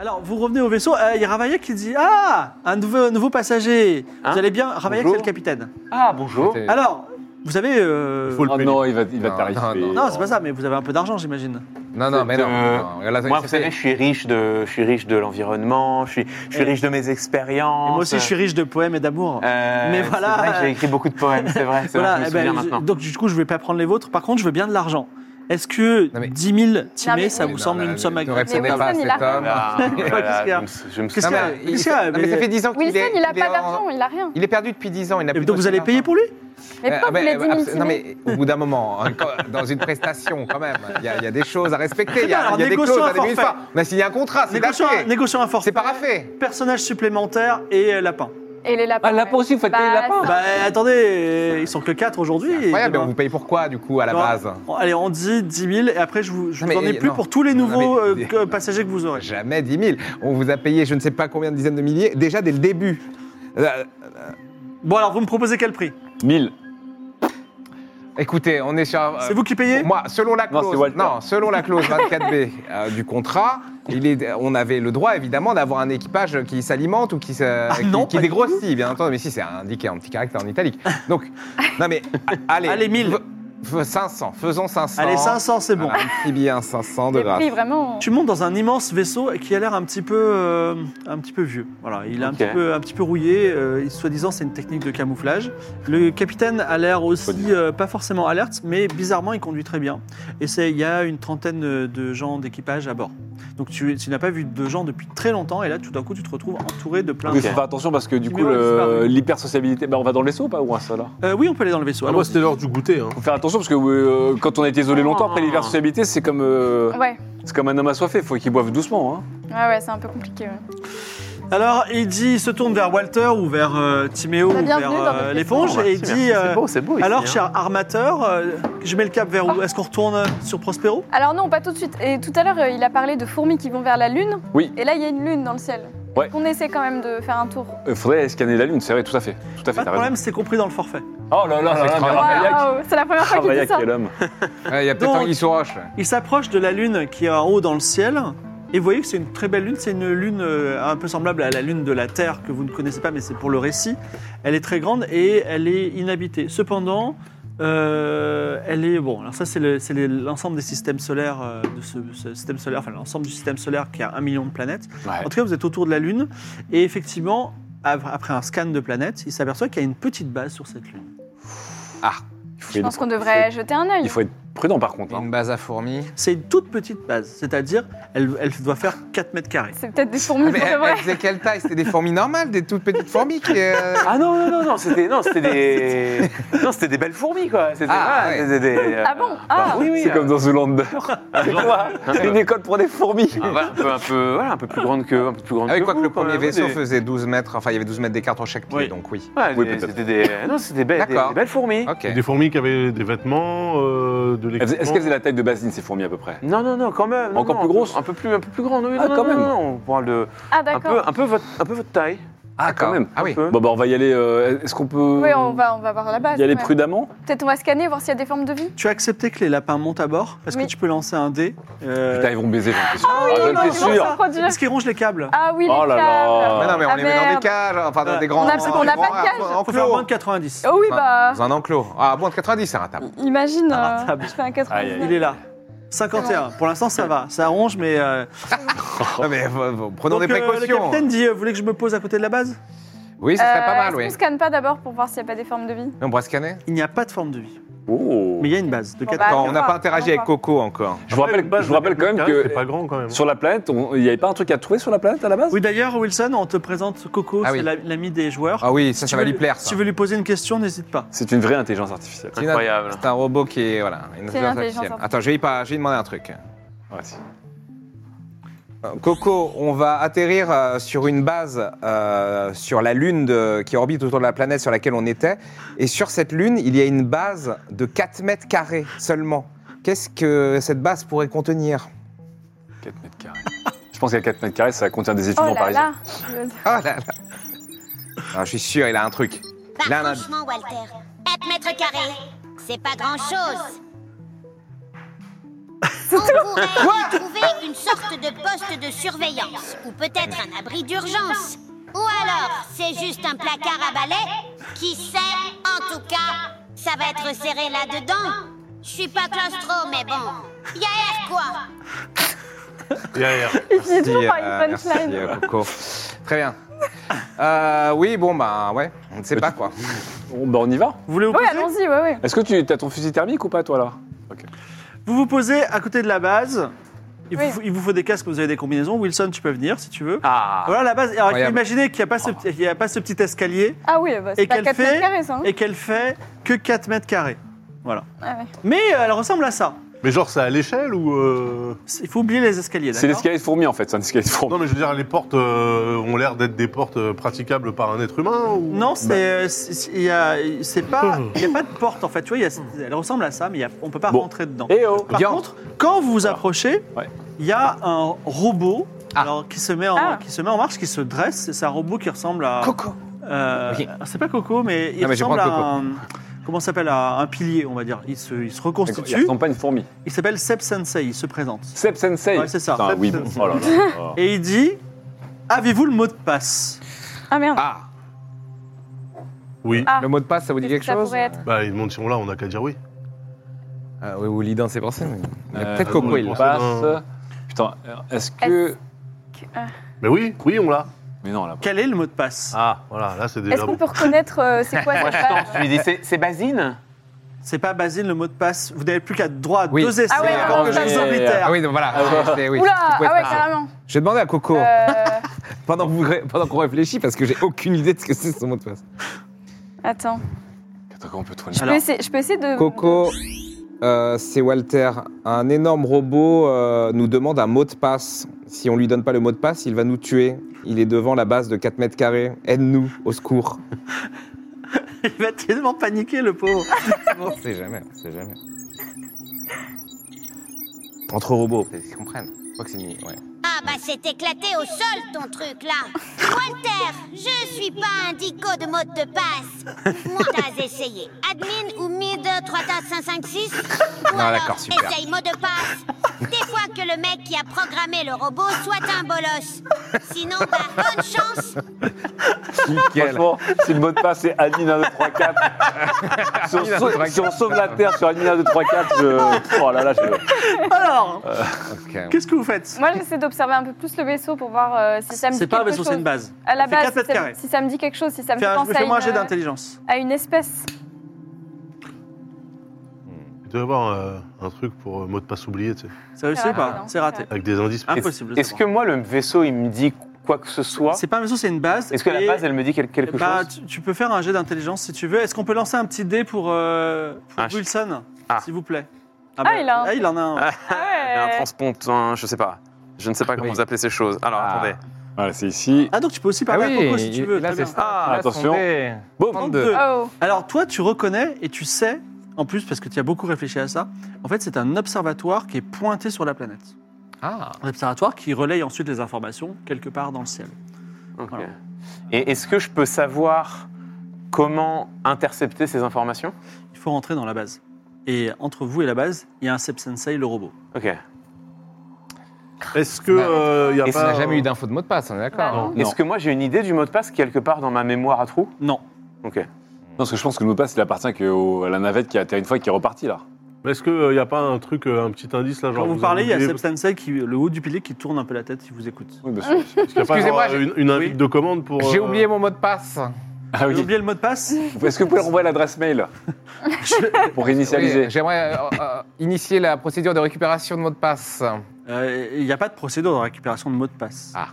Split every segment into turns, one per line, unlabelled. Alors, vous revenez au vaisseau, euh, il y a Ravaillac qui dit Ah Un nouveau, un nouveau passager
Hein
Vous allez bien Ravaillac, c'est
Bonjour.
le capitaine.
Ah, bonjour.
C'était-
Alors, vous avez. euh,
Faut le
Oh
punir.
non, il va, il va
Non,
tarifer.
non,
Non, c'est pas ça, mais vous avez un peu d'argent, j'imagine.
Non, non, mais non.
Euh,
non. Regarde,
Moi,
là, ça
vous
fait-
savez, je suis riche de, je suis riche de l'environnement, je suis, je suis
Et-
riche de mes expériences.
Et moi aussi, je suis riche de poèmes et d'amour.
Euh,
Mais
c'est
voilà,
vrai que
euh,
j'ai écrit beaucoup de poèmes, c'est vrai, c'est
Voilà,
vrai, je
eh
me
ben,
souviens
je-
maintenant.
donc du coup, je vais pas prendre les vôtres. Par contre, je veux bien de l'argent. Est-ce que
Non, mais-
10 000 timés,
mais-
ça
Mais
vous
non,
semble
là,
une
mais
somme
Ne
agressive
répondez
Mais
pas à
Wilson, il
cet
a-
homme.
Voilà,
Qu'est-ce
voilà,
qu'il y a
je me sou- je me
Qu'est-ce
Non,
souviens.
qu'il y a
mais il-
Qu'est-ce qu'il y a
non, mais ça
Mais-
fait 10 ans qu'il
Wilson,
est.
il a
est
pas
en- Euh,
d'argent, il a rien.
Il est perdu depuis 10 ans, il n'a plus
Donc vous allez payer pour lui
Mais pourquoi vous
mais,
voulez 10 000
ben, ah, Non, mais au bout d'un moment, hein, quand- dans une prestation quand même, il y, a- il y a des choses à respecter, il y
bien,
a,
alors
il y a des
négocions
clauses
un
à définir.
forfait.
On a signé un contrat, c'est
Négociant un,
daté.
négociant un forfait.
C'est parafait.
Personnage supplémentaire et euh, lapin.
Et les lapins.
Ah, lapin aussi, vous faites payer les lapins
Bah attendez, euh, ils sont que 4 aujourd'hui. et
Incroyable, mais
demain-
on vous paye pour quoi du coup à la
Non,
base
on- Allez, on dit 10 000 et après je vous, je
Non,
vous en
mais-
ai plus
non.
pour tous les
Non,
nouveaux
mais-
euh, que- passagers que vous aurez.
Jamais 10 000. On vous a payé je ne sais pas combien de dizaines de milliers, déjà dès le début. Euh,
Bon alors, vous me proposez quel prix
1000.
écoutez, on est sur. euh,
C'est vous qui payez
Pour Moi, selon la
Non,
clause,
c'est
non,
Walter.
selon la clause 24B euh, du contrat, il est, on avait le droit évidemment d'avoir un équipage qui s'alimente ou qui, se-
Ah
qui,
non,
qui
pas du
dégrossit, bien entendu. Mais si, c'est indiqué en petit caractère en italique. Donc, non mais a- allez,
Allez, 1000.
f- f- 500, faisons 500.
Allez, 500, c'est bon.
Voilà, un petit billet, un 500 de
Les
grâce.
prix, vraiment.
Tu montes dans un immense vaisseau qui a l'air un petit peu, euh, un petit peu vieux. Voilà, il est un
Ok.
petit peu, un petit peu rouillé. euh, il- Soi-disant, c'est une technique de camouflage. Le capitaine a l'air aussi euh, pas forcément alerte, mais bizarrement, il conduit très bien. Et c'est, il y a une trentaine de gens d'équipage à bord. Donc tu, tu n'as pas vu de gens depuis très longtemps, et là, tout d'un coup, tu te retrouves entouré de plein
Il
de
Ok.
faut faire attention parce que du
Tu
coup,
mets où,
le-
disparu
l'hypersociabilité. Bah, on va dans le vaisseau ou pas Ou un seul alors
Euh, oui, on peut aller dans le vaisseau.
Ah,
Allons-y.
moi,
Moi, c'était l'heure du goûter. Hein.
Faut faire attention parce que euh, quand on a été isolé longtemps, après
Ah.
l'hypersociabilité, c'est comme, euh,
Ouais,
c'est comme un homme assoiffé. Faut qu'il boive doucement. hein.
ouais, ouais, c'est un peu compliqué. ouais.
Alors, il dit, il se tourne vers Walter ou vers euh, Timéo
Bah,
ou
bienvenue
vers
dans notre
euh,
vaisseau.
l'éponge et il
Merci, merci,
dit euh,
bah, C'est beau, c'est beau. ici,
Alors,
hein.
cher armateur, euh, je mets le cap vers où Est-ce qu'on retourne euh, sur Prospero
Alors non, pas tout de suite. Et tout à l'heure, euh, il a parlé de fourmis qui vont vers la lune.
Oui.
Et là, il y a une lune dans le ciel.
Ouais.
Est-ce qu'on essaie quand même de faire un tour.
Euh, faudrait aller scanner la lune, c'est vrai, tout à fait. Tout
Pas
à fait,
de
t'as raison.
problème, c'est compris dans le forfait.
Oh là là, là, là, mais Ravaillac-
Waouh, Ah, c'est la première fois qu'il dit
Ravaillac,
ça.
quel homme.
Ouais, Il y a peut-être
Donc-
un Guy sur roche.
Il s'approche de la lune qui est en haut dans le ciel. Et vous voyez que c'est une très belle lune. C'est une lune euh, un peu semblable à la lune de la Terre que vous ne connaissez pas, mais c'est pour le récit. Elle est très grande et elle est inhabitée. Cependant, euh, elle est bon. Alors ça, c'est le- c'est les- l'ensemble des systèmes solaires euh, de ce, ce système solaire, enfin l'ensemble du système solaire qui a un million de planètes.
Ouais.
En tout cas, vous êtes autour de la lune et effectivement, av- après un scan de planètes, il s'aperçoit qu'il y a une petite base sur cette lune.
Il faut
Je
être-
pense qu'on devrait jeter un œil.
Il faut être prudent par contre. hein.
Une base à fourmis.
C'est une toute petite base, c'est-à-dire elle, elle doit faire 4 mètres carrés.
C'est peut-être des
Ah,
fourmis
mais
pour de
elle,
vrai.
elle
eh,
faisait quelle taille C'était des fourmis normales, des toutes petites fourmis qui. euh,
Ah non, non, non, non, c'était non, c'était des, non, c'était des belles fourmis quoi. C'était
Ah,
voilà,
ouais.
c'était des,
eh,
euh,
Ah
bah,
bon Ah
oui, oui.
C'est
euh,
comme dans Zoolander. C'est quoi Une école pour des fourmis.
ah, voilà, un peu, un peu, voilà, un peu plus grande que, un peu plus grande
Ah oui,
que
quoi que
vous,
le premier
quoi,
vaisseau
des-
faisait 12 mètres, enfin il y avait 12 mètres d'écart entre chaque pied,
Oui.
donc oui.
Ouais,
Oui,
des-
peut-être.
c'était des, non, c'était des, belles- des,
D'accord. Ah,
des belles fourmis.
Ok.
Des fourmis qui avaient des vêtements, euh, de
Elles faisaient- Est-ce
l'équipement.
qu'elles faisaient la taille de Basine, ces fourmis à peu près
Hein
Non, non, non, quand même. non,
Encore
non,
plus
un peu-
grosse
Un peu plus, un peu plus grande. Oui,
Ah,
non,
quand
non,
même.
non, non, on parle de
Ah
un peu,
d'accord.
euh,
un peu votre, un peu votre taille.
Ah,
quand même.
Ah
un
oui.
peu.
Bon, bah on va y aller. euh, Est-ce qu'on peut
Oui, on va, on va voir la base.
y aller
ouais.
prudemment
Peut-être on va scanner, voir s'il y a des formes de vie.
Tu as accepté que les lapins montent à bord parce
Mais-
que tu peux lancer un dé. euh,
Putain, ils vont baiser, j'en suis sûr. Ah,
non,
j'en
non,
suis
non,
sûr.
ça. Parce qu'ils rongent les câbles.
Ah oui, les
Oh là là.
câbles.
Mais non, mais on
Ah,
les met dans des
merde. Euh,
cages, enfin dans
Voilà.
Ah, des grands.
On a- on n'a pas de cage.
Il faut faire moins
enclos.
de 90.
Oh oui,
Enfin,
bah.
Dans un enclos. Ah, bon, de 90, c'est ratable.
Imagine,
Ah,
euh,
table.
je fais un
Aïe, aïe,
Il
99.
est là. 51. Pour l'instant, ça va. Ça ronge, mais. euh,
Oh.
Non, mais euh, euh, prenons
donc,
des
euh, le
précautions.
capitaine dit euh, Vous voulez que je me pose à côté de la base
Oui, ce serait
Euh,
pas mal,
est-ce
oui.
qu'on scanne pas d'abord pour voir s'il n'y a pas des formes de vie
On pourrait scanner
Il n'y a pas de forme de vie.
Oh.
Mais il y a une base de
Bon,
quatre
bah,
Quand
on
On n'a
va,
pas interagi
on
avec
va.
Coco encore.
Je vous rappelle,
Une base
je
de
vous rappelle quand même
4
que
C'est pas grand quand même.
sur la planète, on- il n'y avait pas un truc à trouver sur la planète à la base
Oui, d'ailleurs, Wilson, on te présente Coco,
Ah oui.
c'est la- l'ami des joueurs.
Ah oui, ça, ça
tu
va
veux
lui
lui-
plaire,
Si
ça.
tu veux lui poser une question, n'hésite pas.
C'est une vraie intelligence artificielle.
C'est une-
Incroyable.
C'est un robot qui est. Voilà, une
C'est
intelligence
l'intelligence
artificielle.
artificielle.
Attends, je vais, y pas, je vais lui demander un truc.
Ouais, si.
Euh, Coco, on va atterrir euh, sur une base euh, sur la Lune de- qui orbite autour de la planète sur laquelle on était. Et sur cette Lune, il y a une base de 4 mètres carrés seulement. Qu'est-ce que cette base pourrait contenir
4 mètres carrés. Je pense qu'à 4 mètres carrés, ça contient des étudiants
Oh là
parisiens.
là Claude.
Oh là là Ah, Je suis sûr, il a un truc. Il a un
Bah,
indice.
franchement, Walter, 4 mètres carrés, c'est pas grand-chose. On pourrait y trouver une sorte de poste de surveillance, ou peut-être un abri d'urgence. Ou alors, c'est juste un placard à balai. Qui sait, en tout cas, ça va être serré là-dedans. Je suis pas claustro, mais bon, y a air quoi.
Derrière.
Il finit toujours par
euh,
une
merci,
punchline.
euh, Coco. Très bien. Euh, oui, bon, bah ouais, on ne sait pas quoi.
On, bah, on y va.
Vous voulez vous
Oui,
poser
allons-y, ouais, ouais.
Est-ce que tu as ton fusil thermique ou pas, toi, là
Vous vous posez à côté de la base. Il,
Oui.
vous, il vous faut des casques, vous avez des combinaisons. Wilson, tu peux venir si tu veux.
Ah
Voilà la base. Alors, il faut
Incroyable.
imaginer qu'il n'y a, pas ce petit- il y a pas ce petit escalier
Ah oui, bah,
Et
c'est pas
qu'elle
4
fait-
mètres carrés, ça. hein.
et qu'elle fait que 4 mètres carrés. Voilà.
Ah ouais.
Mais euh, elle ressemble à ça.
Mais genre, c'est à l'échelle ou. euh,
C'est- Il faut oublier les escaliers.
C'est
d'accord
l'escalier de fourmi, en fait. C'est un escalier de fourmi.
Non, mais je veux dire, les portes euh, ont l'air d'être des portes euh, praticables par un être humain ou...
Non, c'est euh, c'est- c'est- il y a- c'est pas il y a pas de porte en fait. Tu vois, il y a- elle ressemble à ça, mais il y a- on peut pas
Bon.
rentrer dedans.
Eh oh
Par
Bien.
contre, quand vous vous approchez, il
Ouais.
y a un robot
Ah.
alors, qui, se met en,
Ah.
qui se met en marche, qui se dresse. C'est un robot qui ressemble à.
Coco
euh,
Ok.
C'est pas Coco, mais il
Non, mais je vais
ressemble à un.
prendre
Comment ça s'appelle à un pilier, on va dire. Il se, il se
Il
reconstitue.
ressemble pas à une fourmi.
Il s'appelle Seb Sensei. Il se présente.
Seb Sensei.
Ouais, c'est ça.
Putain,
Seb
oui, bon.
Sensei.
Oh là là.
Et il dit Avez-vous le mot de passe
Ah merde.
Ah,
Oui.
Ah.
le mot de passe, ça vous dit quelque
Qu'est-ce que ça
chose
pourrait être
Bah, ils demandent si on l'a, on n'a qu'à dire oui.
Ah oui, ou l'idée de ces personnes. mais-
Euh,
Peut-être Coco,
oui,
il
bon.
l'a.
Passe. Putain, est-ce que.
euh,
Mais oui, oui, on l'a.
Mais non, là.
Quel est le mot de passe
Ah, voilà, là, c'est
Est-ce
déjà
qu'on
bon.
peut reconnaître euh, c'est quoi
Moi,
cette
je tente.
page
Je lui dis, c'est c'est Basine
C'est pas Basile le mot de passe. Vous n'avez plus qu'à droit à
Oui.
deux essais
Ah ouais,
avant que je
ouais,
vous
ouais,
oblitère.
Ah oui, donc voilà. c'est- oui,
Oula,
tu pouvais
ah ouais,
faire ça.
carrément.
Je vais demander à Coco,
Euh,
pendant que vous ré- pendant qu'on réfléchit, parce que j'ai aucune idée de ce que c'est son mot de passe.
Attends,
Attends, comment on peut trouver
je peux,
Alors.
essayer, je peux essayer de...
Coco, euh, c'est Walter. Un énorme robot euh, nous demande un mot de passe. Si on lui donne pas le mot de passe, il va nous tuer. Il est devant la base de 4 mètres carrés. Aide-nous, au secours.
Il va tellement paniquer, le pauvre.
Ah.
On sait Oh, jamais, on sait jamais. Entre robots, peut-être qu'ils comprennent. Je crois que c'est une- ouais.
Ah bah c'est éclaté au sol ton truc là Walter, je suis pas un dico de mode de passe Moi t'as essayé Admin ou mid 3 tas 5 5 6 Ou
Ah,
alors
d'accord, super.
essaye mot de passe Des fois que le mec qui a programmé le robot soit un bolos Sinon bah bonne chance
Franchement, si le mot de passe est Adina 2, 3, 4. si, on
Adina,
sauve,
234.
si on sauve la Terre sur Adina 2, 3, 4, je. Oh là là, je.
Alors,
Ok.
qu'est-ce que vous faites
Moi, j'essaie d'observer un peu plus le vaisseau pour voir euh, si ça me dit
C'est pas un
quelque
vaisseau,
chose.
c'est une base.
À la
Fait
base,
quatre mètres
si ça,
carrés.
me- si ça me dit quelque chose, si ça me
Fais
fait
un-
penser à
Fais-moi un jet
une, euh,
d'intelligence.
à une espèce.
Il doit y avoir euh, un truc pour euh, mot de passe oublié, tu sais,
Ça réussi
C'est
ou pas
raté,
C'est raté.
avec des indices.
Impossible. de
Est-ce que moi,
savoir.
le vaisseau, il me dit quoi que ce soit
C'est pas un vaisseau, c'est une base.
Est-ce que la
et-
base, elle me dit quel- quelque
bah,
chose
tu, tu peux faire un jet d'intelligence si tu veux. Est-ce qu'on peut lancer un petit dé pour, euh, pour
Ah, je-
Wilson,
Ah.
s'il vous plaît bah,
Ah, il a un-
en a un.
Ah. J'ai
Ah
un
ouais.
transpontin, je sais pas. Je ne sais pas comment
Euh, Oui.
vous appelez ces choses. Alors,
Ah.
attendez.
Voilà, c'est ici.
Ah, donc tu peux aussi
Ah
parler à Coco si tu
il-
veux.
il a
très
ses
bien.
stats,
Ah,
il a son
attention.
dé.
Boum.
32.
Oh,
Alors toi, tu reconnais et tu sais, en plus parce que tu as beaucoup réfléchi à ça, en fait c'est un observatoire qui est pointé sur la planète.
Ah.
Un observatoire qui relaye ensuite les informations quelque part dans le ciel.
Ok.
Voilà.
Et est-ce que je peux savoir comment intercepter ces informations
Il faut rentrer dans la base. Et entre vous et la base, il y a un Seb Sensei, le robot.
Ok.
Est-ce que euh, il y a
Et
pas
On n'a jamais eu
un-
d'info de mot de passe, on est
bah
d'accord.
non.
Est-ce que moi j'ai une idée du mot de passe quelque part dans ma mémoire à trous
Non.
Ok.
Non, parce que je pense que le mot de passe, il appartient qu'au- à la navette qui a atterri une fois et qui est repartie, là.
Mais est-ce qu'il n'y a pas un truc, euh, un petit indice là genre,
Quand vous parlez, il y a
oublié-
Seb Stansel qui, le haut du pilier qui tourne un peu la tête, il vous écoute.
Oui, parce que-
Est-ce qu'il y a pas, genre,
Excusez-moi, j'ai-
une, une invite de commande pour.
J'ai
euh,
oublié mon mot de passe.
Ah
J'ai
oui.
oublié le mot de passe
Est-ce que vous pouvez renvoyer l'adresse mail pour initialiser
Oui, J'aimerais euh, euh, initier la procédure de récupération de mot de passe.
Euh, Il n'y a pas de procédure de récupération de mot de passe.
Ah.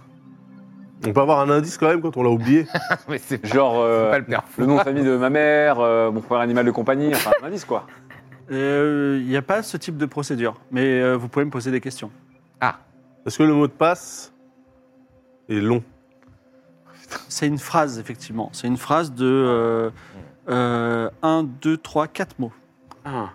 On peut avoir un indice quand même quand on l'a oublié.
Mais c'est pas,
Genre euh,
c'est pas le perf.
Ah.
le nom de famille de ma mère, euh, mon premier animal de compagnie, enfin un indice quoi.
Euh, Il n'y a pas ce type de procédure, mais euh, vous pouvez me poser des questions.
Est-ce que le mot de passe est long
C'est une phrase, effectivement. C'est une phrase de euh, 1, 2, 3, 4 mots. Ah,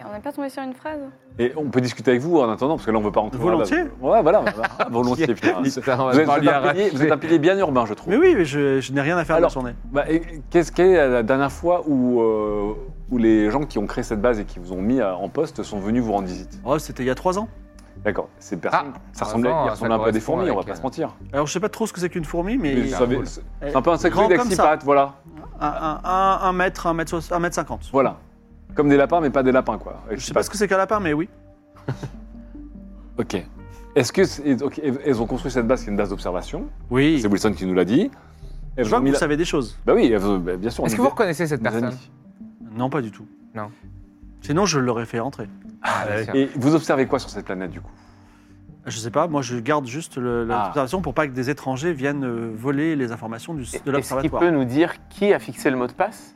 Et on n'est pas tombé sur une phrase
Et on peut discuter avec vous en attendant, parce que là on veut pas rentrer dans la base.
Volontiers
Ouais, voilà, voilà. volontiers. putain. Vous êtes,
Putain, on va
vous êtes
devoir lui
un pilier,
arracher.
vous êtes un pilier bien urbain, je trouve.
Mais oui, mais je, je n'ai rien à faire
Alors,
de la journée.
Bah, et Qu'est-ce qu'est la dernière fois où, euh, où les gens qui ont créé cette base et qui vous ont mis à- en poste sont venus vous rendre visite
Oh, c'était il y a 3 ans.
D'accord, ces personnes,
Ah,
ça ressemblait,
attends,
ils
ça
ressemblaient un peu à des
correspond
fourmis, on va
avec,
pas
euh,
se mentir.
Alors, je sais pas trop ce que c'est qu'une fourmi, mais
Mais
il-
ça
un
avait-
rôle.
C'est c'est un peu un
Grand
sacré
comme ça.
d'axipate, voilà.
un, un, un, un mètre, un mètre, soix- un mètre cinquante.
Voilà. Comme des lapins, mais pas des lapins, quoi.
Je sais pas ce que c'est qu'un lapin, mais oui.
Ok. Est-ce que c'est- ok, elles ont construit cette base qui est une base d'observation
Oui.
C'est Wilson qui nous l'a dit. Elles
Je vois
ont
que
mis
vous
la-
savez des choses.
Bah oui, elles ont- bah, bien sûr. on
Est-ce
est
que vous
des-
reconnaissez cette
des
personne
amis.
Non, pas du tout.
Non.
Sinon, je l'aurais fait rentrer.
Ah, bien
ouais.
sûr.
Et vous observez quoi sur cette planète du coup
Je sais pas, moi je garde juste le-
Ah.
l'observation pour pas que des étrangers viennent euh, voler les informations du- de
Est-ce qu'il
l'observatoire.
peut nous dire qui a fixé le mot de passe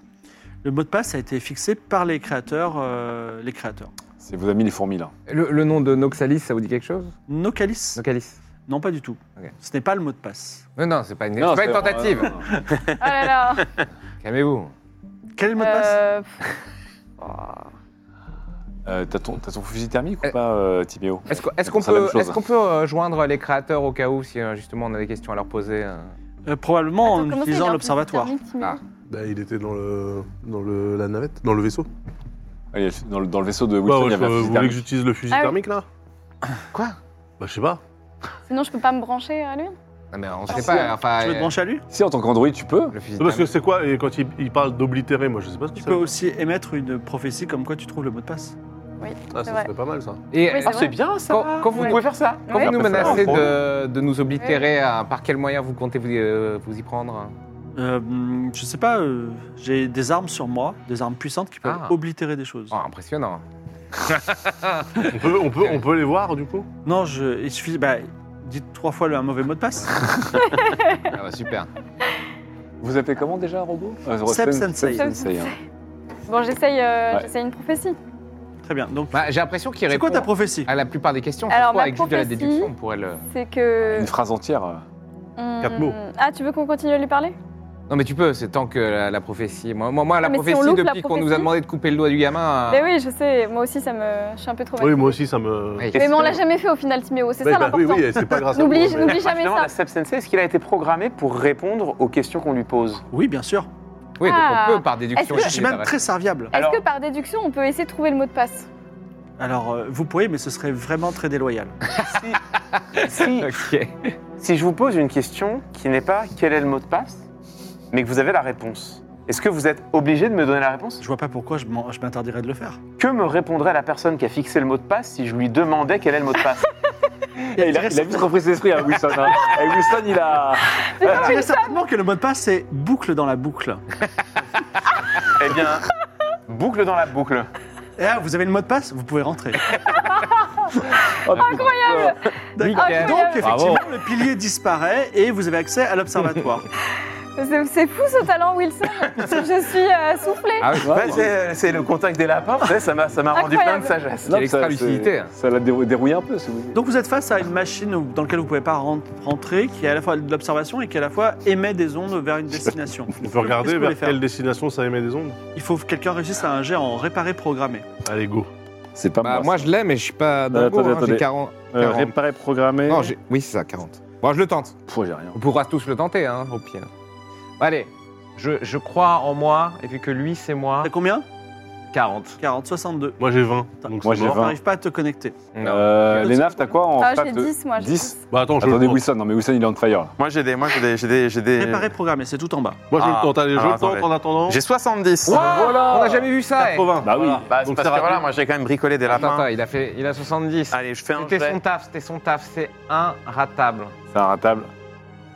Le mot de passe a été fixé par les créateurs. euh, les créateurs.
C'est vos amis les fourmis là.
Le, le nom de Noxalis, ça vous dit quelque chose
Nocalis
Noxalis
Non, pas du tout.
Ok.
Ce n'est pas le mot de passe.
Non, non, c'est pas une,
Non,
c'est pas une
c'est-
tentative.
euh, non, non.
Oh là là
Calmez-vous.
Quel est le mot de passe
Euh, pff, Oh,
Euh, T'as ton, t'as ton fusil thermique
Euh,
ou pas, euh, Timéo
Est-ce qu'on est-ce
Ça,
qu'on
c'est la
peut,
même chose.
est-ce qu'on peut, euh, joindre les créateurs au cas où si euh, justement on a des questions à leur poser euh
Euh, Probablement
attends,
en
comment ça, il y a un
utilisant
peu
l'observatoire.
de thermique, mais-
Ah.
Bah, il était dans le dans le la navette, dans le vaisseau.
Allez, dans, le, dans le vaisseau de
Bah,
Wilson, il y
ouais,
avait
je-
un
vous
fusil
voulez
thermique.
que j'utilise le fusil
Ah oui.
thermique là
Quoi
Bah je sais pas.
Sinon, je peux pas me brancher à lui
Non, mais on
Ah,
sait
si,
pas. Enfin,
Tu veux te
euh,
brancher à lui
Si en tant qu'android tu peux.
le fusil
Non, Parce que
d'arme.
c'est quoi Et quand il, il parle d'oblitérer, moi je sais pas ce que
Tu
c'est.
peux aussi émettre une prophétie comme quoi tu trouves le mot de passe.
Ah,
c'est
ça
vrai.
serait pas mal ça.
Et
Oui,
euh,
ça
Ah,
va.
c'est bien ça
Quand- quand vous
pouvez
pouvez-
faire ça
quand
Ouais.
vous nous
Après, ça va
menacez
en
de, de nous oblitérer, euh, par quel moyen vous comptez vous, euh, vous y prendre
Euh, hum, je sais pas, euh, j'ai des armes sur moi, des armes puissantes qui peuvent
Ah.
oblitérer des choses.
Oh, Impressionnant.
On peut, on, peut, on peut les voir du coup
Non, je, il suffit. Bah, dites trois fois le, un mauvais mot de passe.
Ah bah, super.
Vous appelez comment déjà, robot Euh,
Seb
Sen-
Sensei.
Seb Sensei, hein.
Bon, j'essaye euh,
Ouais.
j'essaye une prophétie.
Très bien. Donc,
Bah, J'ai l'impression qu'il
c'est quoi
répond
ta prophétie
à Ah. la plupart des questions.
Alors,
Pourquoi
ma
avec juste de la
prophétie-
déduction, euh on pourrait le...
C'est que.
Une phrase entière. euh.
on-
quatre mots.
Ah, tu veux qu'on continue à lui parler
Non, mais tu peux, c'est tant que la, la prophétie. Moi, moi, moi, la
mais si on
prophétie,
loupe la
depuis qu'on nous a
prophétie-
demandé de couper le doigt du gamin. euh,
Mais Ben oui, je sais, moi aussi, ça me. Je suis un peu trop.
Ah. Oui,
vexée.
moi aussi ça me.
Oui.
Mais, on l'a jamais fait au final, Timéo, c'est
Ouais,
ça
bah,
l'important.
oui, oui, c'est pas grâce à
N'oublie
vous, mais-
n'oublie
Ah,
jamais
finalement,
ça.
la Seb Sensei, est-ce qu'il a été programmé pour répondre aux questions qu'on lui pose
Oui, bien sûr.
Oui, donc
Ah.
on peut par déduction.
Est-ce que-
Je
aussi,
suis
ça
même
va.
très serviable.
Est-ce
Alors-
que par déduction, on peut essayer de trouver le mot de passe
Alors, euh, vous pourriez, mais ce serait vraiment très déloyal.
si,
Ok.
si je vous pose une question qui n'est pas quel est le mot de passe, mais que vous avez la réponse, est-ce que vous êtes obligé de me donner la réponse
Je vois pas pourquoi je m'en- je m'interdirais de le faire.
Que me répondrait la personne qui a fixé le mot de passe si je lui demandais quel est le mot de passe
Il a, il a vite repris ses esprits, hein, Wilson. hein. Et Wilson, il a.
Je dirais Ah, certainement que le mot de passe, c'est boucle dans la boucle.
Eh bien, boucle dans la boucle.
Et ah, vous avez le mot de passe Vous pouvez rentrer.
Oh,
Ah, Incroyable
D'accord.
Nickel.
Donc, effectivement,
Bravo.
le pilier disparaît et vous avez accès à l'observatoire.
C'est c'est fou ce talent, Wilson. je suis euh, soufflée.
Ah oui,
Ouais, c'est c'est le contact des lapins, vous savez, ça m'a ça m'a rendu plein
Incroyable.
de sagesse.
Quelle extra lucidité.
Ça l'a dérou- dérouillé un peu, si vous voulez.
Donc, vous êtes face à une machine où- dans laquelle vous pouvez pas ren- rentrer, qui est à la fois de l'observation et qui à la fois émet des ondes vers une destination.
On peut
Qu'est-ce que
regarder
vous voulez
vers
faire
quelle destination ça émet des ondes
Il faut que quelqu'un réussisse à un jet en réparer programmé.
Allez, go.
C'est pas
Bah, moi, je l'ai, mais je suis pas
Euh,
dingo.
attendez,
hein, j'ai
attendez.
40.
Euh,
40.
réparer, programmer.
Non, j'ai- oui, c'est ça, 40. Bon, je le tente.
Pouah, j'ai rien.
On pourra tous le tenter, hein, au pire. Allez,
Je, je crois en moi, et vu que lui, c'est moi.
T'as combien
40.
40, 62.
Moi j'ai 20.
Attends,
Donc
moi,
c'est
j'ai
mort.
vingt.
T'arrives pas à te connecter.
Euh,
Non.
Lénaf, t'as quoi en
Ah, j'ai
fact-
10, moi. j'ai
10
Bah attends, je
Attendez,
le tente.
Wilson, non mais Wilson il est on fire là.
Moi j'ai des. Moi j'ai des. J'ai des. J'ai des-
Préparer, programmer, c'est tout en bas.
Moi je
Ah.
le tente. Allez, je
Alors,
le tente
attendez.
en attendant.
J'ai 70.
On n'a jamais vu ça. eh.
80.
Bah oui.
Bah, c'est
Donc,
parce
ça
que voilà,
raconte.
moi j'ai quand même bricolé des
Attends, attends,
lapins.
il a fait, il a 70.
Allez, je fais un
C'était
jet.
son taf, c'était son taf, c'est inratable.
C'est un ratable.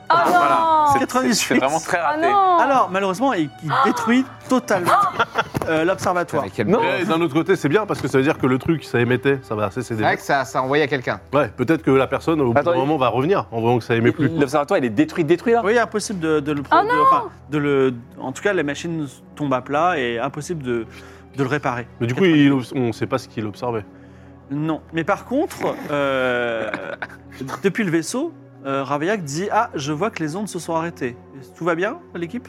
Oh
Ah, voilà.
non
C'est- c'est-
98.
C'est vraiment très
Oh
raté.
non
Alors, malheureusement, il, il détruit totalement euh, l'observatoire.
Mais quel
Non.
bordel.
Et Eh, D'un autre côté, c'est bien parce que ça veut dire que le truc, ça émettait, ça va cesser
C'est vrai
d'émettre.
que ça, ça a envoyé à quelqu'un.
Ouais, peut-être que la personne, au bout
Attends,
d'un moment, va revenir en voyant que ça émet plus.
L'observatoire il est détruit, détruit hein. là
Oui, impossible de, de le
Oh
de- enfin, de le. En tout cas, les machines tombent à plat et impossible de, de le réparer.
Mais du coup, il- on ne sait pas ce qu'il observait.
Non. Mais par contre, euh, depuis le vaisseau, euh, Ravaillac dit Ah, je vois que les ondes se sont arrêtées. Tout va bien, l'équipe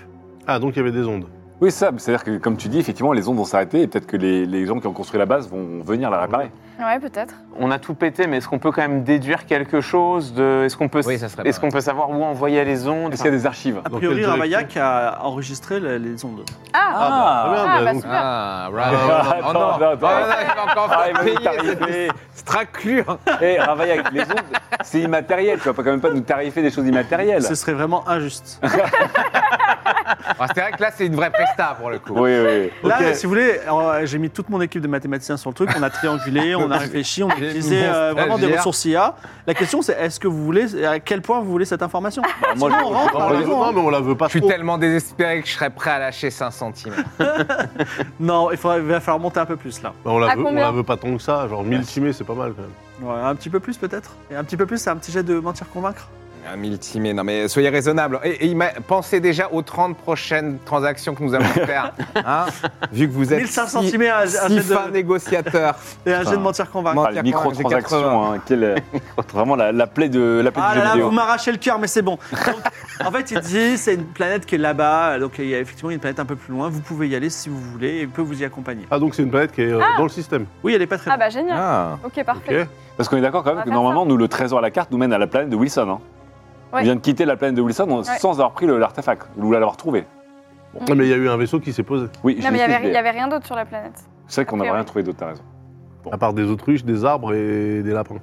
Ah, donc il y avait des ondes.
Oui, ça, c'est-à-dire que comme tu dis, effectivement les ondes vont s'arrêter et peut-être que les, les gens qui ont construit la base vont venir la réparer.
Ouais, peut-être.
On a tout pété, mais est-ce qu'on peut quand même déduire quelque chose de... Est-ce qu'on peut,
Oui, ça serait
est-ce
pas
qu'on peut savoir où envoyer les ondes
Est-ce qu'il y a des archives
A
Dans
priori,
quelle
Ravaillac a enregistré la- les ondes.
Ah,
Ah,
Ah,
merde,
bah,
donc-
super.
Ah,
Ah,
right. Oh
attends,
non,
attends, attends.
Oh non, il va encore
Ah,
faire
il va nous
payer cette
tarifer.
straclure.
Eh, Ravaillac, les ondes, c'est immatériel. Tu vas pas quand même pas nous tarifer des choses immatérielles.
Ce serait vraiment injuste.
Ah, c'est vrai que là, c'est une vraie presta pour le coup.
Oui, oui.
Là,
Ok.
si vous voulez, alors, j'ai mis toute mon équipe de mathématiciens sur le truc. On a triangulé, on a réfléchi, on a
J'ai
utilisé
une
euh, vraiment des
stagiaire.
ressources IA. La question, c'est est-ce que vous voulez, à quel point vous voulez cette information Sinon,
moi, je-
on rentre
Non,
par
on
la
la veut-
fond, hein.
non, mais on la veut pas
Je suis
trop.
tellement désespéré que je serais prêt à lâcher 5 centimes.
Non, il, faudra- il va falloir monter un peu plus là.
Bah, on, la
À
veut, on
combien
la veut pas tant que ça. Genre 1000 timés, c'est pas mal quand même.
Ouais, un petit peu plus peut-être. Et un petit peu plus, c'est un petit jet de mentir convaincre.
Un miltimé, non mais soyez raisonnable. Et, et il m'a- pensez déjà aux 30 prochaines transactions que nous allons faire. hein, vu que vous êtes
1500
si,
centimes et un, un
si
jet de-
fin négociateur.
et un jet de
Putain.
mentir convaincre.
Ah, les microtransactions, hein, quelle- vraiment la, la plaie de la plaie
Ah
du jeu
là là,
vidéo.
vous m'arrachez le cœur, mais c'est bon. Donc, en fait, il dit, c'est une planète qui est là-bas. Donc, il y a effectivement une planète un peu plus loin. Vous pouvez y aller si vous voulez. et Il peut vous y accompagner.
Ah, donc c'est une planète qui est euh, dans le système.
Oui, elle est pas très
Ah
loin.
bah génial.
Ah.
Ok,
Ok.
parfait.
Parce qu'on est d'accord quand
On va
même que
faire
normalement, nous, le trésor à la carte nous mène à la planète de Wilson. hein. On
Ouais.
vient de quitter la planète de Wilson on-
Ouais.
sans avoir pris le- l'artefact, ou l'avoir trouvé.
Ah, mais il y a eu un vaisseau qui s'est posé.
Oui, je
Non, mais il y
l'ai
avait-
fait.
il y avait rien d'autre sur la planète.
C'est vrai qu'on
a
n'a
priori.
rien trouvé d'autre, t'as raison.
À part des autruches, des arbres et des lapins.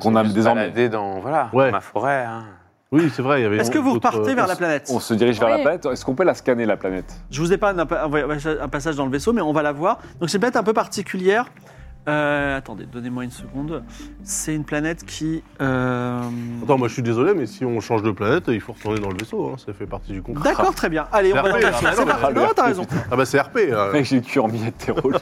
Qu'on a désormais.
baladé dans voilà,
Ouais.
ma forêt. hein.
Oui, c'est vrai. il y avait
Est-ce que vous
d'autres-
repartez vers
euh,
la planète
On se dirige vers
Oui.
la planète. Est-ce qu'on peut la scanner, la planète
Je vous ai pas un, un- un passage dans le vaisseau, mais on va la voir. Donc c'est une planète un peu particulière. Euh, attendez, donnez-moi une seconde. C'est une planète qui... euh,
Attends, moi je suis désolé, mais si on change de planète, il faut retourner dans le vaisseau. hein, Ça fait partie du contrat.
D'accord, très bien. Allez, on va
C'est
la
RP,
faire.
hein.
C'est
Ah non,
parti.
mais-
Non, t'as raison.
Ah bah c'est RP. euh.
Mec, J'ai le cul en miettes, t'es relou.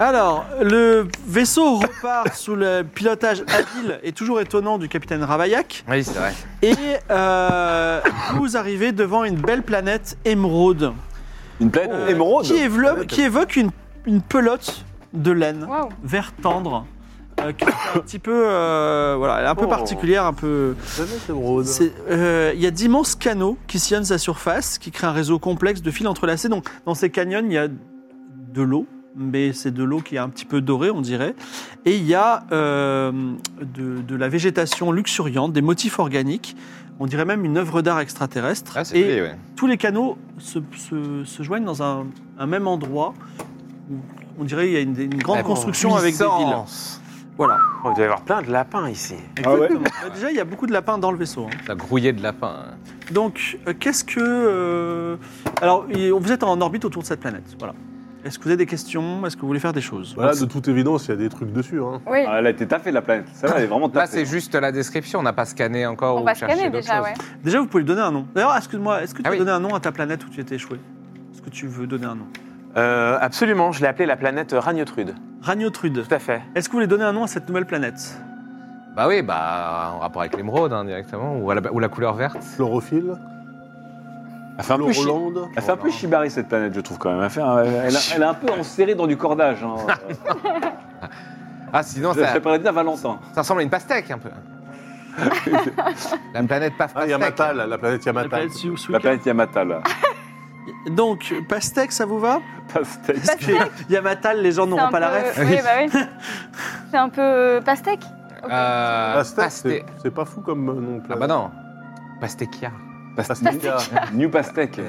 Alors, le vaisseau repart sous le pilotage habile et toujours étonnant du capitaine Ravaillac.
Oui, c'est vrai.
Et euh, vous arrivez devant une belle planète émeraude.
Une planète
Euh,
émeraude
Qui évoque, qui évoque une, une pelote de laine.
Waouh.
vert tendre. euh, qui est un petit peu euh, voilà elle est un peu
Oh.
particulière un peu C'est- euh, il y a d'immenses canaux qui sillonnent sa surface qui créent un réseau complexe de fils entrelacés donc dans ces canyons il y a de l'eau mais c'est de l'eau qui est un petit peu dorée on dirait et il y a euh, de, de la végétation luxuriante des motifs organiques on dirait même une œuvre d'art extraterrestre
Ah, c'est
Et
joli, ouais.
tous les canaux se, se- se joignent dans un, un même endroit. où On dirait qu'il y a une, une grande
La
construction avec des villes.
puissance.
Voilà.
Oh, il doit y avoir plein de lapins ici.
Exactement. Bah, déjà, il y a beaucoup de lapins dans le vaisseau. hein.
Ça grouillait de lapins. hein.
Donc, euh, qu'est-ce que. euh, Alors, il- vous êtes en orbite autour de cette planète. Voilà. Est-ce que vous avez des questions Est-ce que vous voulez faire des choses
Voilà, de toute évidence, il y a des trucs dessus. Hein.
Oui.
Ah, Elle a été taffée, la planète. Ça, elle est vraiment
Là,
taffée.
c'est juste la description. On n'a pas scanné encore.
On
ou
va
cherché
scanner
d'autres
déjà,
choses.
ouais.
Déjà, vous pouvez lui donner un nom. D'ailleurs, excuse-moi, est-ce que tu
Ah
as
oui.
donné un nom à ta planète où tu étais échoué Est-ce que tu veux donner un nom
Euh, Absolument, je l'ai appelé la planète Ragnotrude.
Ragnotrude.
Tout à fait.
Est-ce que vous voulez donner un nom à cette nouvelle planète
Bah oui, bah en rapport avec l'émeraude hein, directement ou, à la, ou la couleur verte.
Chlorophylle,
Elle fait un peu chier.
Hollande.
Elle fait un peu Shibari cette planète, je trouve quand même. Elle, fait un- elle a, elle a un peu enserrée dans du cordage. Hein.
Ah sinon
Je
ça,
fais parler à Valentin.
ça ressemble à une pastèque un peu. la planète paf
Ah,
pastèque.
Yamata, la, la planète
La
Yamata.
planète Sou-
La
Suika.
planète Yamata, là.
Donc, Pastèque, ça vous va
Pastèque.
Parce que Yamatal, les gens
C'est un
n'auront pas la
peu-
ref.
Oui, bah oui. C'est un peu pastèque.
Euh,
Pastèque,
pasté-
c'est- c'est pas fou comme euh, nom. de
Ah
planète.
bah non. Pastèquia.
New pastèque.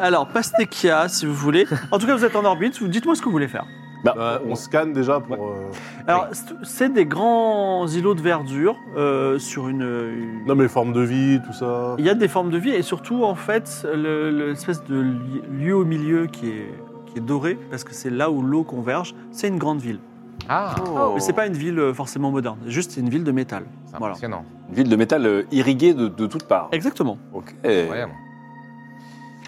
Alors, Pastekia, si vous voulez. En tout cas, vous êtes en orbite, vous dites-moi ce que vous voulez faire.
Bah,
Bah,
on
on
s-
scanne déjà pour. euh,
Alors, c'est- c'est des grands îlots de verdure euh, sur une, une-
Non, mais forme de vie, tout ça.
Il y a des formes de vie et surtout, en fait, le- le- l'espèce de li- lieu au milieu qui est, qui est doré, parce que c'est là où l'eau converge, c'est une grande ville.
Ah,
Mais
Oh.
c'est pas une ville euh, forcément moderne, c'est juste une ville de métal.
c'est
Voilà.
impressionnant.
une ville de métal euh, irriguée de, de toutes parts.
Exactement.
Ok.
Incroyable.